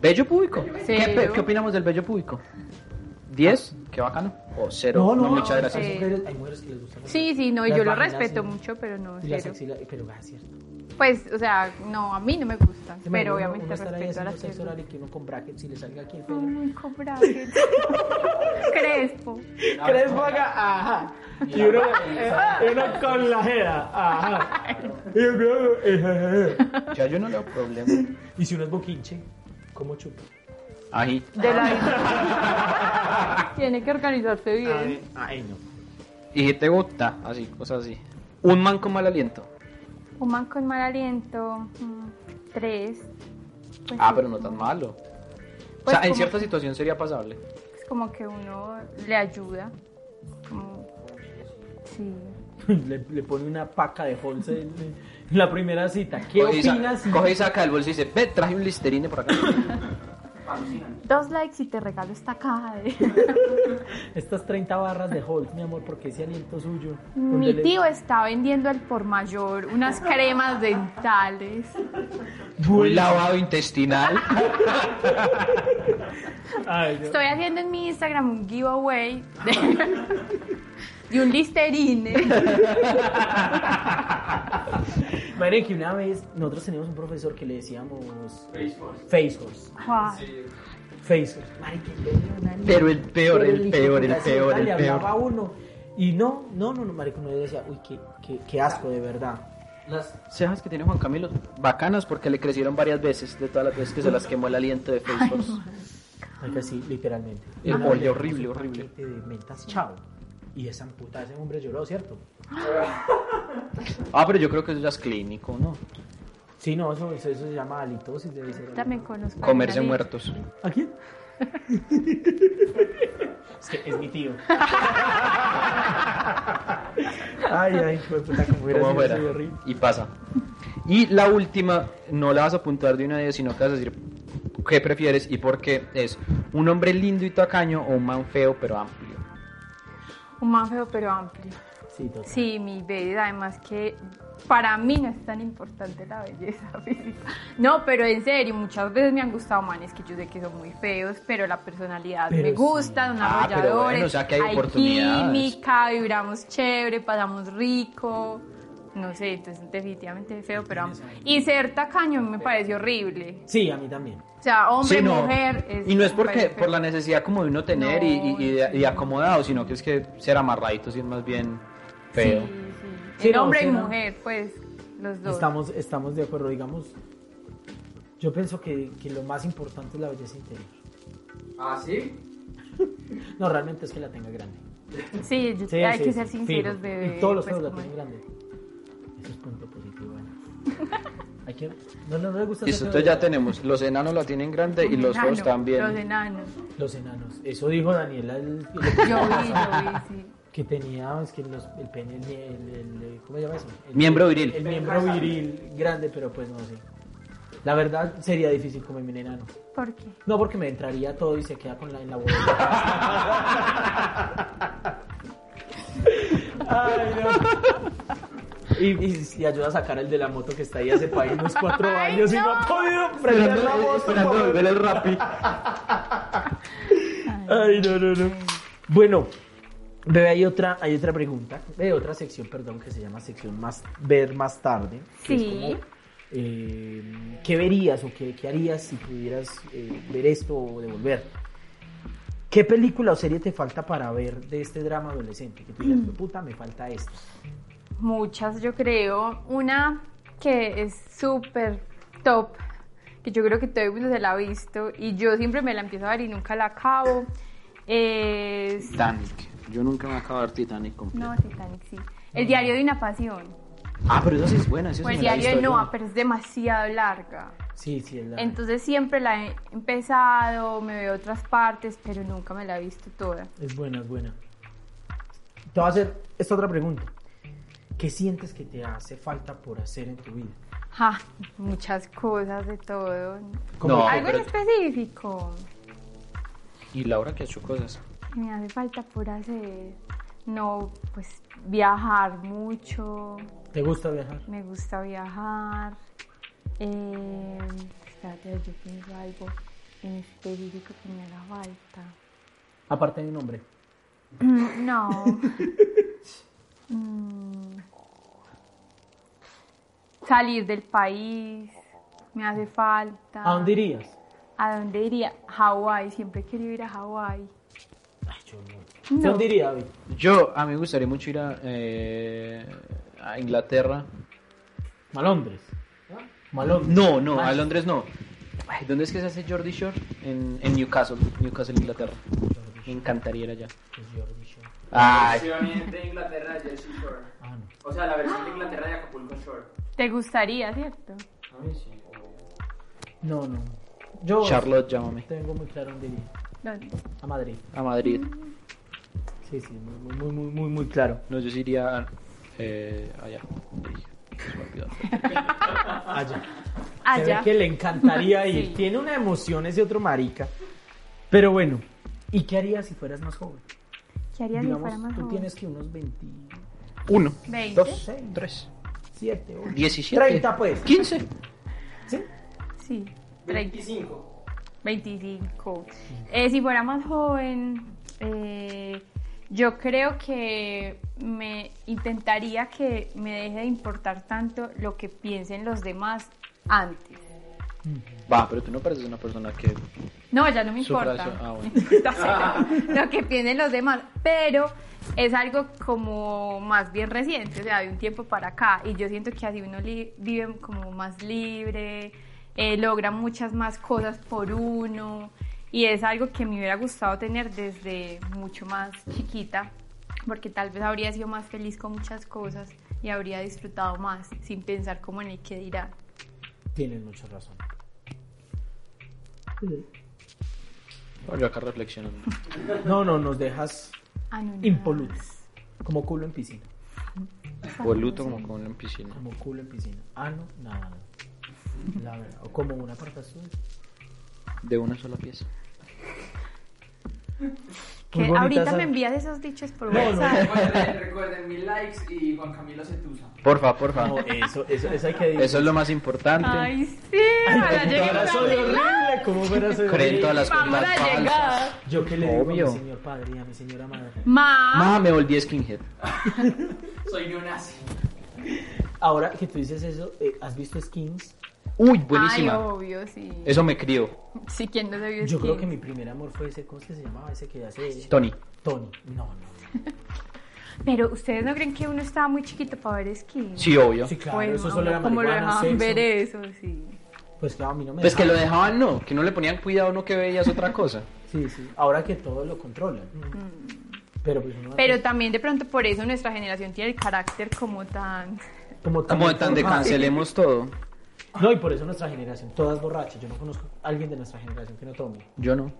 S1: ¿Vello púbico? ¿Qué,
S4: Cero.
S1: pe- qué opinamos del vello púbico? ¿10? Qué bacano. O cero.
S2: Ah. No, no,
S1: muchas
S2: hay
S1: gracias.
S2: mujeres- Hay mujeres que les gustan. las-
S4: Sí, sí, no,
S2: las
S4: yo lo
S2: vaginas,
S4: respeto
S2: sí.
S4: mucho, pero no,
S2: Y las
S4: cero.
S2: axilas, pero va, cierto.
S4: Pues, o sea, no, a mí no me gustan,
S2: Se me imagina
S4: pero
S2: uno-
S4: obviamente
S2: uno estar ahí
S4: respeto a
S2: haciendo
S4: las
S2: sexo
S4: personas.
S2: oral y que uno con brackets y le salga aquí el pelo.
S4: Ay, con brackets. Crespo.
S2: Crespo acá, ajá. Y uno, eh, uno con la jera, ajá. Y, uno, eh, eh, eh.
S1: Ya yo no le hago problema.
S2: Y si uno es boquinche, ¿cómo chupa?
S1: Ahí.
S4: De la Tiene que organizarse bien.
S2: Ay, no.
S1: Y que te gusta, así, cosas así. Un man con mal aliento.
S4: Un man con mal aliento. mm, Tres. Pues
S1: Ah,
S4: sí,
S1: pero no
S4: como-
S1: tan malo. o
S4: Pues
S1: sea, en
S4: como-
S1: cierta situación sería pasable.
S4: Es como que uno le ayuda. como- Sí.
S2: Le, le pone una paca de Holce en, en la primera cita. ¿Qué
S1: Coge y sa-
S2: opinas? si-
S1: Coge y saca el bolso y dice, ve, traje un listerine por acá.
S4: Dos likes y te regalo esta caja de...
S2: Estas 30 barras de Holz, mi amor, porque ese aliento suyo. donde
S4: Mi
S2: le-
S4: tío está vendiendo al por mayor unas cremas dentales.
S2: Pues-
S1: un lavado intestinal.
S2: Ay, no.
S4: Estoy haciendo en mi Instagram un giveaway de, de un listerine.
S2: Miren que una vez nosotros teníamos un profesor que le decíamos. Face Horse.
S4: Guau.
S2: Face Horse. Marica, yo era una niña.
S1: Pero el peor,
S2: Pero
S1: el
S2: hijo
S1: peor,
S2: de
S1: el
S2: la
S1: peor,
S2: señora
S1: el
S2: le hablaba
S1: peor.
S2: a uno. Y no, no, no, no, marica, uno decía, uy, qué, qué, qué asco, de verdad. Las-
S1: Cejas que tiene Juan Camilo, bacanas porque le crecieron varias veces de todas las veces que se las quemó el aliento de Facebook.
S2: Marica, sí, literalmente.
S1: El
S2: Una
S1: olor
S2: vez le
S1: horrible,
S2: puso un
S1: horrible.
S2: paquete de mentas, chao. Y esa puta, ese hombre lloró, ¿cierto?
S1: Ah, pero yo creo que eso ya es clínico, ¿no?
S2: Sí, no, eso, eso, eso se llama halitosis, debe ser.
S4: También conozco. a
S1: Comerse
S4: alguien.
S1: muertos.
S2: ¿A quién? Es que es mi tío.
S6: Ay, ay, hijo de puta, como hubiera
S1: como
S6: sido
S1: fuera.
S6: ese berrinche.
S1: Y pasa. Y la última, no la vas a apuntar de una vez, sino que vas a decir qué prefieres y por qué es un hombre lindo y tacaño o un man feo pero amplio.
S4: Un man feo pero amplio.
S2: Sí, total.
S4: Sí, mi belleza, además que para mí no es tan importante la belleza física. No, pero en serio, muchas veces me han gustado manes que yo sé que son muy feos, pero la personalidad
S2: Pero
S4: me
S2: sí.
S4: gusta, son
S1: Ah, pero
S4: arrolladores,
S1: bueno, o sea que hay oportunidades.
S4: química, vibramos chévere, pasamos rico. No sé, entonces definitivamente feo, pero am- Y ser tacaño me parece horrible.
S2: Sí, a mí también.
S4: O sea, hombre,
S1: Sí, no.
S4: mujer.
S1: y no es
S4: me
S1: porque
S4: parece feo.
S1: por la necesidad como de uno tener y, y- y de- y acomodado, sino que es que ser amarradito sí es más bien feo.
S4: Sí, sí.
S2: Sí,
S4: En
S2: no,
S4: hombre
S2: sí,
S4: y
S2: no.
S4: mujer, pues, los dos.
S2: Estamos, estamos de acuerdo, digamos. Yo pienso que, que lo más importante es la belleza interior.
S3: ¿Ah, sí?
S2: No, realmente es que la tenga grande.
S4: Sí, yo-
S2: Sí,
S4: hay
S2: sí,
S4: que ser
S2: fijo.
S4: sinceros, bebé.
S2: Y todos los
S4: pues,
S2: juegos la
S4: como-
S2: tienen grande. Eso es punto positivo, Ana. Hay que- No, no, no le gusta
S1: Listo,
S2: hacer
S1: entonces ya
S2: feo.
S1: tenemos, los enanos la tienen grande y
S4: como
S1: los feos
S4: enano,
S1: también.
S4: Los enanos.
S2: Los enanos. Eso dijo Daniela el, el-
S4: Yo vi, yo vi, sí.
S2: que tenía es que los- el pene, el, el- el- ¿cómo se llama eso? El-
S1: Miembro viril.
S2: El miembro viril grande, pero pues no sé. La verdad sería difícil comer un enano.
S4: ¿Por qué?
S2: No, porque me entraría todo y se queda con la en la boca. Ay, no. Y, y- y ayuda a sacar el de la moto que está ahí hace para unos cuatro
S4: Ay,
S2: años y
S4: no.
S2: no ha podido prender la moto. pa' ver.
S1: el rapi.
S2: Ay, no, no, no. Bueno, bebé, hay otra, hay otra pregunta, de otra sección, perdón, que se llama sección más ver más tarde. que es
S4: Sí.
S2: como, eh, ¿Qué verías o qué, qué harías si pudieras eh, ver esto o devolver? ¿Qué película o serie te falta para ver de este drama adolescente? Que tú digas, "Fue puta, me falta esto.
S4: Muchas, yo creo. Una que es súper top, que yo creo que todo el mundo se la ha visto, y yo siempre me la empiezo a ver y nunca la acabo, es...
S7: Titanic. Yo nunca me voy a acabar Titanic completo.
S4: No, Titanic, sí. El diario de una pasión.
S7: Ah, pero eso sí es buena. Eso
S4: O el
S7: sí me la he
S4: diario de
S7: visto, yo.
S4: Noah, pero es demasiado larga.
S2: Sí, sí, es la...
S4: Entonces siempre la he empezado, me veo otras partes, pero nunca me la he visto toda.
S2: Es buena, es buena. Te voy a hacer esta otra pregunta. ¿Qué sientes que te hace falta por hacer en tu vida?
S4: Ja, muchas cosas de todo.
S2: Como
S1: No,
S4: Algo
S1: pero-
S4: en específico
S1: Y Laura que ha hecho cosas.
S4: que me hace falta por hacer. No, pues viajar mucho.
S2: ¿Te gusta viajar?
S4: Me gusta viajar. Eh, espérate, yo pienso algo en específico que me haga falta.
S2: Aparte de un hombre.
S4: Mm, No. Mm. Salir del país. Me hace falta.
S2: ¿A dónde irías?
S4: ¿A dónde iría? Hawái, siempre he querido ir a Hawái.
S2: Ay, yo no. ¿Dónde iría, David?
S1: Yo, a mí me gustaría mucho ir a, eh, a Inglaterra.
S2: A Londres. ¿A Londres?
S1: No, no, a Londres no. Ay, ¿Dónde es que se hace Jordi Shore? En, en Newcastle, Newcastle, Inglaterra. Me encantaría ir allá.
S2: Pues Jordi Shore.
S1: Ay,
S3: La versión de Inglaterra de Jersey Shore.
S2: Ah, no.
S3: O sea, la versión de Inglaterra de Acapulco Shore.
S4: ¿Te gustaría, cierto?
S3: A mí sí.
S2: No, no. Yo
S1: Charlotte, llámame.
S2: tengo muy claro dónde iría.
S4: ¿Dónde?
S2: A Madrid.
S1: A Madrid.
S2: Sí, sí, muy, muy, muy, muy, muy, muy claro.
S1: No, yo sí iría eh, allá. Ahí, se me olvidó.
S2: Allá. Se ve
S4: Allá.
S2: que le encantaría ir.
S4: Sí.
S2: Tiene una emoción ese otro marica. Pero bueno, ¿y qué harías si fueras más joven?
S4: ¿Qué harías si
S2: Digamos,
S4: fuera más
S2: tú
S4: joven?
S2: tienes que unos 27,
S1: Uno,
S4: 20.
S1: dos, tres,
S2: 8,
S1: diecisiete,
S2: 30 pues.
S1: quince.
S2: ¿Sí?
S4: Sí. 25. 25. Eh, si fuera más joven, eh, yo creo que me intentaría que me deje de importar tanto lo que piensen los demás antes.
S1: Va, pero tú no pareces una persona que...
S4: No, ya no me
S1: Supra
S4: importa.
S1: eso, ah, bueno.
S4: Me importa cero lo que piensen los demás, pero es algo como más bien reciente, o sea, de un tiempo para acá. Y yo siento que así uno li- vive como más libre, eh, logra muchas más cosas por uno. Y es algo que me hubiera gustado tener desde mucho más chiquita, porque tal vez habría sido más feliz con muchas cosas y habría disfrutado más sin pensar como en el que dirán.
S2: Tienes mucha razón.
S1: Yo acá reflexionando.
S2: No, no, nos dejas
S4: Anonymous.
S2: impolutos. Como culo en piscina.
S1: O luto como con una piscina.
S2: Como culo en piscina. Ah, no, nada. La verdad. O como una parte azul.
S1: De una sola pieza.
S4: Que
S2: Muy bonita
S4: ahorita
S2: esa-
S4: me envías esos dichos por
S2: No, no.
S4: WhatsApp.
S3: Recuerden, recuerden, mil likes y Juan Camilo Cetusa.
S1: Porfa, porfa.
S2: No, eso, eso, eso hay que decir.
S1: Eso es lo más importante.
S4: Ay, sí, para
S2: Ahora
S4: llegar.
S2: soy horrible. ¿Cómo fuera soy
S1: Creen todas
S2: horrible?
S1: las
S4: Vamos
S1: cosas
S4: a
S1: falsas.
S4: llegar.
S2: Yo que le digo
S1: Obvio.
S2: a mi señor padre y a mi señora madre.
S4: Ma,
S1: Ma, me volví skinhead.
S3: Soy neonazi.
S2: Ahora que tú dices eso, eh, ¿has visto Skins?
S1: Uy,
S4: Ay,
S1: buenísima.
S4: obvio, sí.
S1: Eso me crió.
S4: Sí, ¿quién no se vio
S2: Yo
S4: skin?
S2: creo que mi primer amor fue ese, ¿cómo es que se llamaba? Ese que hace
S1: Tony.
S2: Tony. No, no.
S4: Pero ustedes no creen que uno estaba muy chiquito para ver skin.
S1: Sí, obvio.
S2: Sí, claro,
S4: Pues,
S2: eso solo era
S4: como lo
S2: marihuana,
S4: dejaban
S2: sexo.
S4: ver eso, sí.
S2: Pues claro, a mí no me
S1: Pues que lo
S2: dejaban.
S1: dejaban, no. Que no le ponían cuidado, no que veías otra cosa.
S2: Sí, sí. Ahora que todo lo controlan. Pero pues uno-
S4: Mm. Pero también de pronto por eso nuestra generación tiene el carácter como tan...
S2: como tan,
S1: Como tan de
S2: informado.
S1: cancelemos todo.
S2: No, y por eso nuestra generación, todas borrachas. Yo no conozco a alguien de nuestra generación que no tome.
S1: Yo no.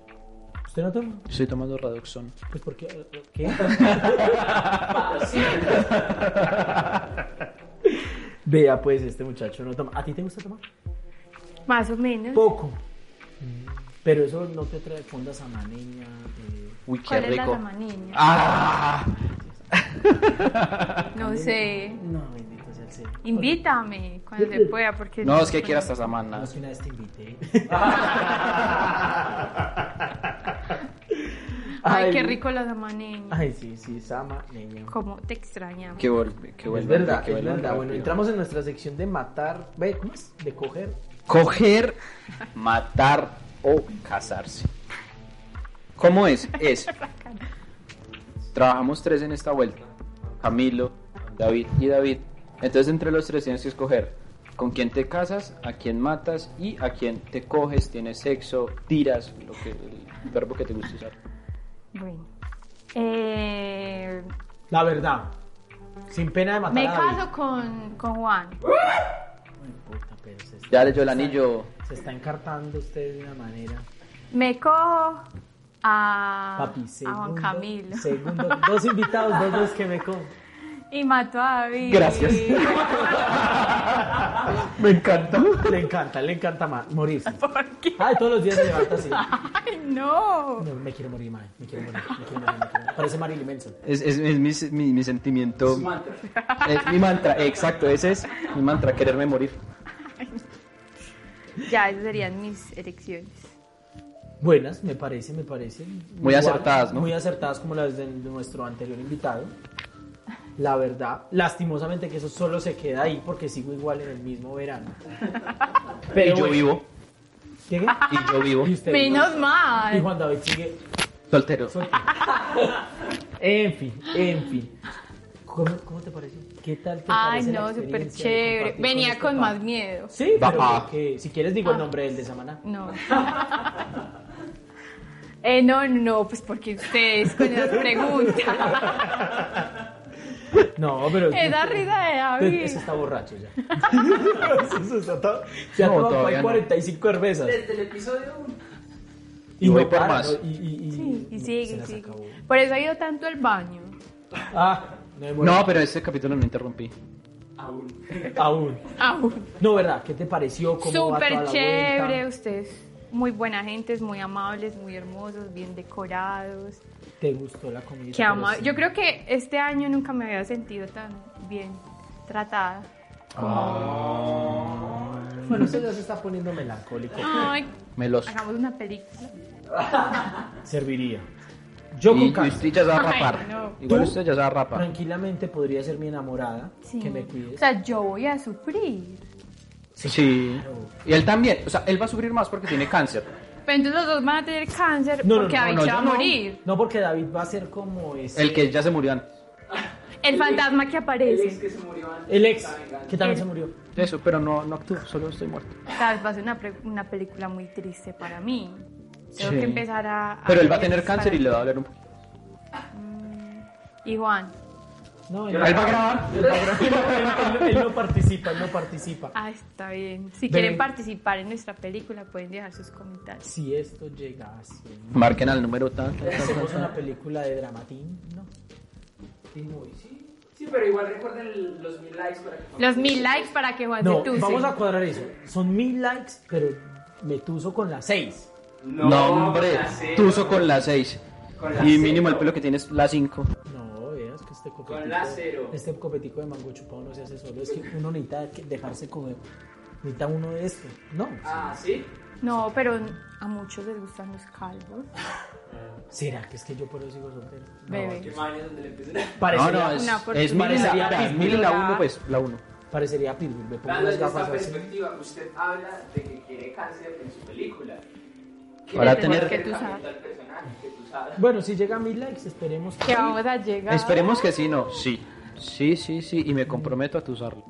S2: ¿Usted no toma?
S1: Estoy tomando Radoxon.
S2: Pues porque... eh, ¿Qué? Vea, pues este muchacho no toma. ¿A ti te gusta tomar?
S4: Más o menos.
S2: Poco. Pero eso no te trae fondas a maneña. eh,
S1: Uy, qué
S4: ¿Cuál es la
S1: rico.
S4: tamaniña?
S1: ¡Ah!
S4: No sé.
S2: No, bendito sea el Señor.
S4: Invítame cuando se pueda porque...
S1: No, es que quiero hasta Samana.
S2: No es que una vez te invité.
S4: Ay, qué rico la samaniña.
S2: Ay, sí, sí, Sama, niña.
S4: Cómo te extrañamos.
S1: Que vuelve, que
S2: Es
S1: vuelve.
S2: verdad,
S1: que
S2: es
S1: vuelve
S2: verdad. Bueno,
S1: rápido.
S2: entramos en nuestra sección de matar. Ve, ¿cómo es? De coger.
S1: Coger, matar o casarse. ¿Cómo es? Es. Trabajamos tres en esta vuelta. Camilo, David y David. Entonces entre los tres tienes que escoger con quién te casas, a quién matas y a quién te coges, tienes sexo, tiras, lo que, el verbo que te guste usar.
S4: Bueno. Eh,
S2: La verdad. Sin pena de matar
S4: me
S2: a David.
S4: caso con, con Juan.
S2: Ay, puta, pero se está,
S1: Ya leyó el anillo.
S2: se está encartando usted de una manera.
S4: Me cojo Ah, a,
S2: Papi,
S4: a
S2: segundo,
S4: Juan Camilo.
S2: Segundo, dos invitados, dos dos que me con.
S4: Y mató a David.
S1: Gracias. Me encanta.
S2: Le encanta, le encanta más morirse.
S4: ¿Por qué?
S2: Ay, todos los días se levanta así.
S4: Ay, no.
S2: No, me quiero morir, mae. Me quiero morir, me quiero morir, me quiero morir. Parece Marilyn Manson.
S1: Es, es- es mi, mi- mi sentimiento. Es mi mantra, exacto, ese es mi mantra, quererme morir.
S4: Ya, esas serían mis elecciones.
S2: Buenas, me parece, me parece.
S1: Muy acertadas, ¿no?
S2: Muy acertadas como las de nuestro anterior invitado. La verdad, lastimosamente que eso solo se queda ahí porque sigo igual en el mismo verano.
S1: y yo
S2: bueno.
S1: vivo,
S2: ¿Qué?
S1: y yo vivo.
S2: Y usted,
S4: Menos
S2: Y
S4: mal.
S2: Juan David sigue
S1: Soltero.
S2: En fin, en fin. ¿Cómo, cómo te pareció? ¿Qué tal te
S4: Ay,
S2: parece la
S4: no,
S2: experiencia
S4: súper
S2: de
S4: chévere.
S2: compartir
S4: Venía
S2: este
S4: con
S2: pan?
S4: más miedo. Ah.
S2: Sí,
S1: Va,
S2: pero
S1: pa.
S2: que- si quieres digo el nombre del de Samaná.
S4: No. Eh, no, no, pues porque ustedes con esas preguntas.
S2: No, pero...
S4: Esa Eh, risa de David.
S2: Eso está borracho ya. Eso está todo- Se ha
S1: No,
S2: tomado
S1: todavía
S2: cual
S1: no.
S2: 45 cervezas.
S3: Desde el episodio 1.
S1: Y voy por
S2: para,
S1: más.
S2: ¿no? Y, y- y- no, se
S4: Sí, y sigue, y
S2: las
S4: sigue.
S2: acabó.
S4: Por eso ha ido tanto al baño.
S2: Ah, no me muero.
S1: No, pero este capítulo no interrumpí.
S2: Aún.
S4: Aún.
S2: No, ¿verdad? ¿Qué te pareció? ¿Cómo va toda
S4: Súper
S2: la
S4: chévere,
S2: vuelta?
S4: ustedes muy buena gente, muy amables, muy hermosos, bien decorados.
S2: ¿Te gustó la comida?
S4: Que ama-
S2: Pero sí.
S4: Yo creo que este año nunca me había sentido tan bien tratada.
S2: Bueno, eso ya se está poniendo melancólico.
S4: Ay,
S1: Meloso.
S4: hagamos una película.
S2: Serviría. Yo
S1: Y,
S2: con
S1: y
S2: calma.
S1: usted ya se va a
S4: Ay,
S1: rapar.
S4: no.
S1: Igual
S2: ¿Tú?
S1: usted ya se va a rapar.
S2: Tranquilamente podría ser mi enamorada,
S4: Sí.
S2: que me
S4: O
S2: cuide.
S4: sea, yo voy a sufrir.
S1: Sí. Y él también. O sea, él va a sufrir más porque tiene cáncer.
S4: Pero entonces los dos van a tener cáncer
S2: No, no,
S4: porque
S2: no,
S4: David
S1: no,
S4: se va
S1: yo
S4: a
S1: no.
S4: morir.
S2: No, porque David va a ser como ese...
S1: El que ya se murió antes.
S4: El fantasma
S3: El
S4: que
S3: ex
S4: aparece.
S3: que se murió antes.
S2: El ex,
S3: Está vengando.
S2: que también
S4: El-
S2: se murió.
S1: Eso, pero no, no actúo, solo estoy muerto.
S4: O sea, va a ser una, pre- una película muy triste para mí. Tengo
S1: Sí.
S4: que empezar a... a
S1: Pero él va a
S4: ver
S1: tener
S4: Ah, para-
S1: cáncer y le va a doler un poquito.
S4: Y Juan,
S2: No, él,
S8: Él va a grabar.
S2: él- él no participa, él no participa.
S4: Ah, está bien. Si
S2: Ven.
S4: quieren participar en nuestra película, pueden dejar sus comentarios.
S2: Si esto llega a ser
S1: Marquen al número tal. tal, tal,
S2: Hacemos
S1: tal, tal.
S2: una película de dramatín, ¿no? Teen movie.
S3: Sí, pero igual recuerden los mil likes para que...
S4: Los mil likes para que Juan
S2: No,
S4: se tuse.
S2: vamos a cuadrar eso. Son mil likes, pero me tuso con las seis.
S1: No, hombre,
S3: la cero,
S1: tuso con la 6.
S3: Con la
S1: Y mínimo
S3: cero.
S1: el pelo que tienes, la 5.
S2: No, veas que este copetico,
S3: la cero.
S2: este copetico de mango chupado no se hace solo. Es que uno necesita que dejarse coger. Necesita uno de este. No.
S3: Ah, ¿sí?
S4: No, pero a muchos les gustan los calvos.
S2: ¿Será que es que yo por eso sigo soltero?
S4: Bebé.
S3: Qué maña donde le empiezan a...
S1: No,
S2: Parecería,
S1: no, es,
S4: una
S1: es
S4: oportunidad.
S1: mínimo la-
S2: Parecería
S1: mínimo la
S4: pintura.
S1: 1, pues, la 1.
S2: parecería Pitbull. Me pongo
S3: Dando
S2: las
S3: desde
S2: gafas
S3: esta
S2: así.
S3: perspectiva, usted habla de que quiere cáncer en su película.
S1: Para
S4: Que
S1: tener-
S4: que tú sabes.
S3: Al personaje que tú sabes.
S2: Bueno, si llega a mil likes, esperemos que...
S4: Que vamos a llegar.
S1: Esperemos que sí, no. Sí. Sí, sí, sí. Y me comprometo a tusarlo.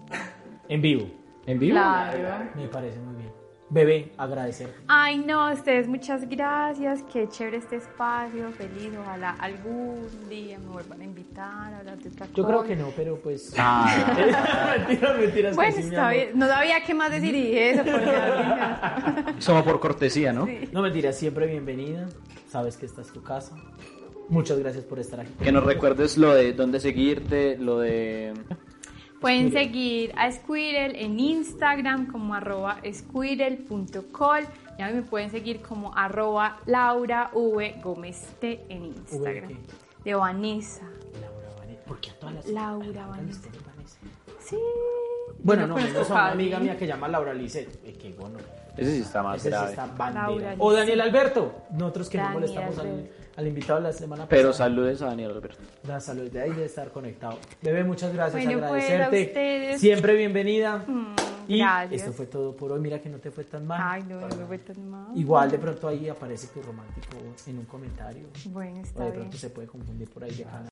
S2: En vivo.
S1: ¿En vivo?
S4: Claro.
S2: Me parece muy bien. Bebé, agradecer.
S4: Ay, no, a ustedes muchas gracias. Qué chévere este espacio. Feliz. Ojalá algún día me vuelvan a invitar a hablar de otra
S2: Yo creo
S4: cosa.
S2: que no, pero pues...
S1: Ah,
S2: mentiras, mentiras.
S4: Bueno,
S2: que sí, mi
S4: está
S2: amor.
S4: bien. No sabía qué más decir y eso. Porque...
S1: somos por cortesía, ¿no?
S2: No mentiras, siempre bienvenida. Sabes que esta es tu casa. Muchas gracias por estar aquí.
S1: Que nos recuerdes lo de dónde seguirte, lo de...
S4: Pueden seguir a Squirrel en Instagram como arroba squirrel.col y a mí me pueden seguir como arroba Laura V Gómez T en Instagram.
S2: ¿de
S4: De Vanessa.
S2: Laura Vanessa. Porque a todas las.
S4: Laura
S2: a las
S4: Vanessa.
S2: les pone Vanessa.
S4: Sí.
S2: Bueno,
S4: Yo
S2: no,
S4: conozco
S2: menos a una
S4: Javi.
S2: amiga mía que llama Laura Lisset. Eh, qué bueno.
S1: Ese sí está más
S2: Esa sí
S1: grave.
S2: está bandera.
S4: Laura
S2: o
S4: Lisset.
S2: Daniel Alberto. Nosotros que
S4: Daniel
S2: no molestamos al,
S4: Alberto.
S2: al invitado la semana
S1: Pero
S2: pasada.
S1: saludes a Daniel Alberto.
S2: Da salud de ahí de estar conectado. Bebé, muchas gracias.
S4: Bueno, pues, a
S2: agradecerte.
S4: ustedes.
S2: Siempre bienvenida.
S4: Mm,
S2: y
S4: gracias.
S2: esto fue todo por hoy. Mira que no te fue tan mal.
S4: Ay, no, no me voy tan mal.
S2: Igual de pronto ahí aparece tu romántico en un comentario.
S4: Bueno,
S2: O
S4: está
S2: de
S4: bien.
S2: pronto se puede confundir por ahí de canal.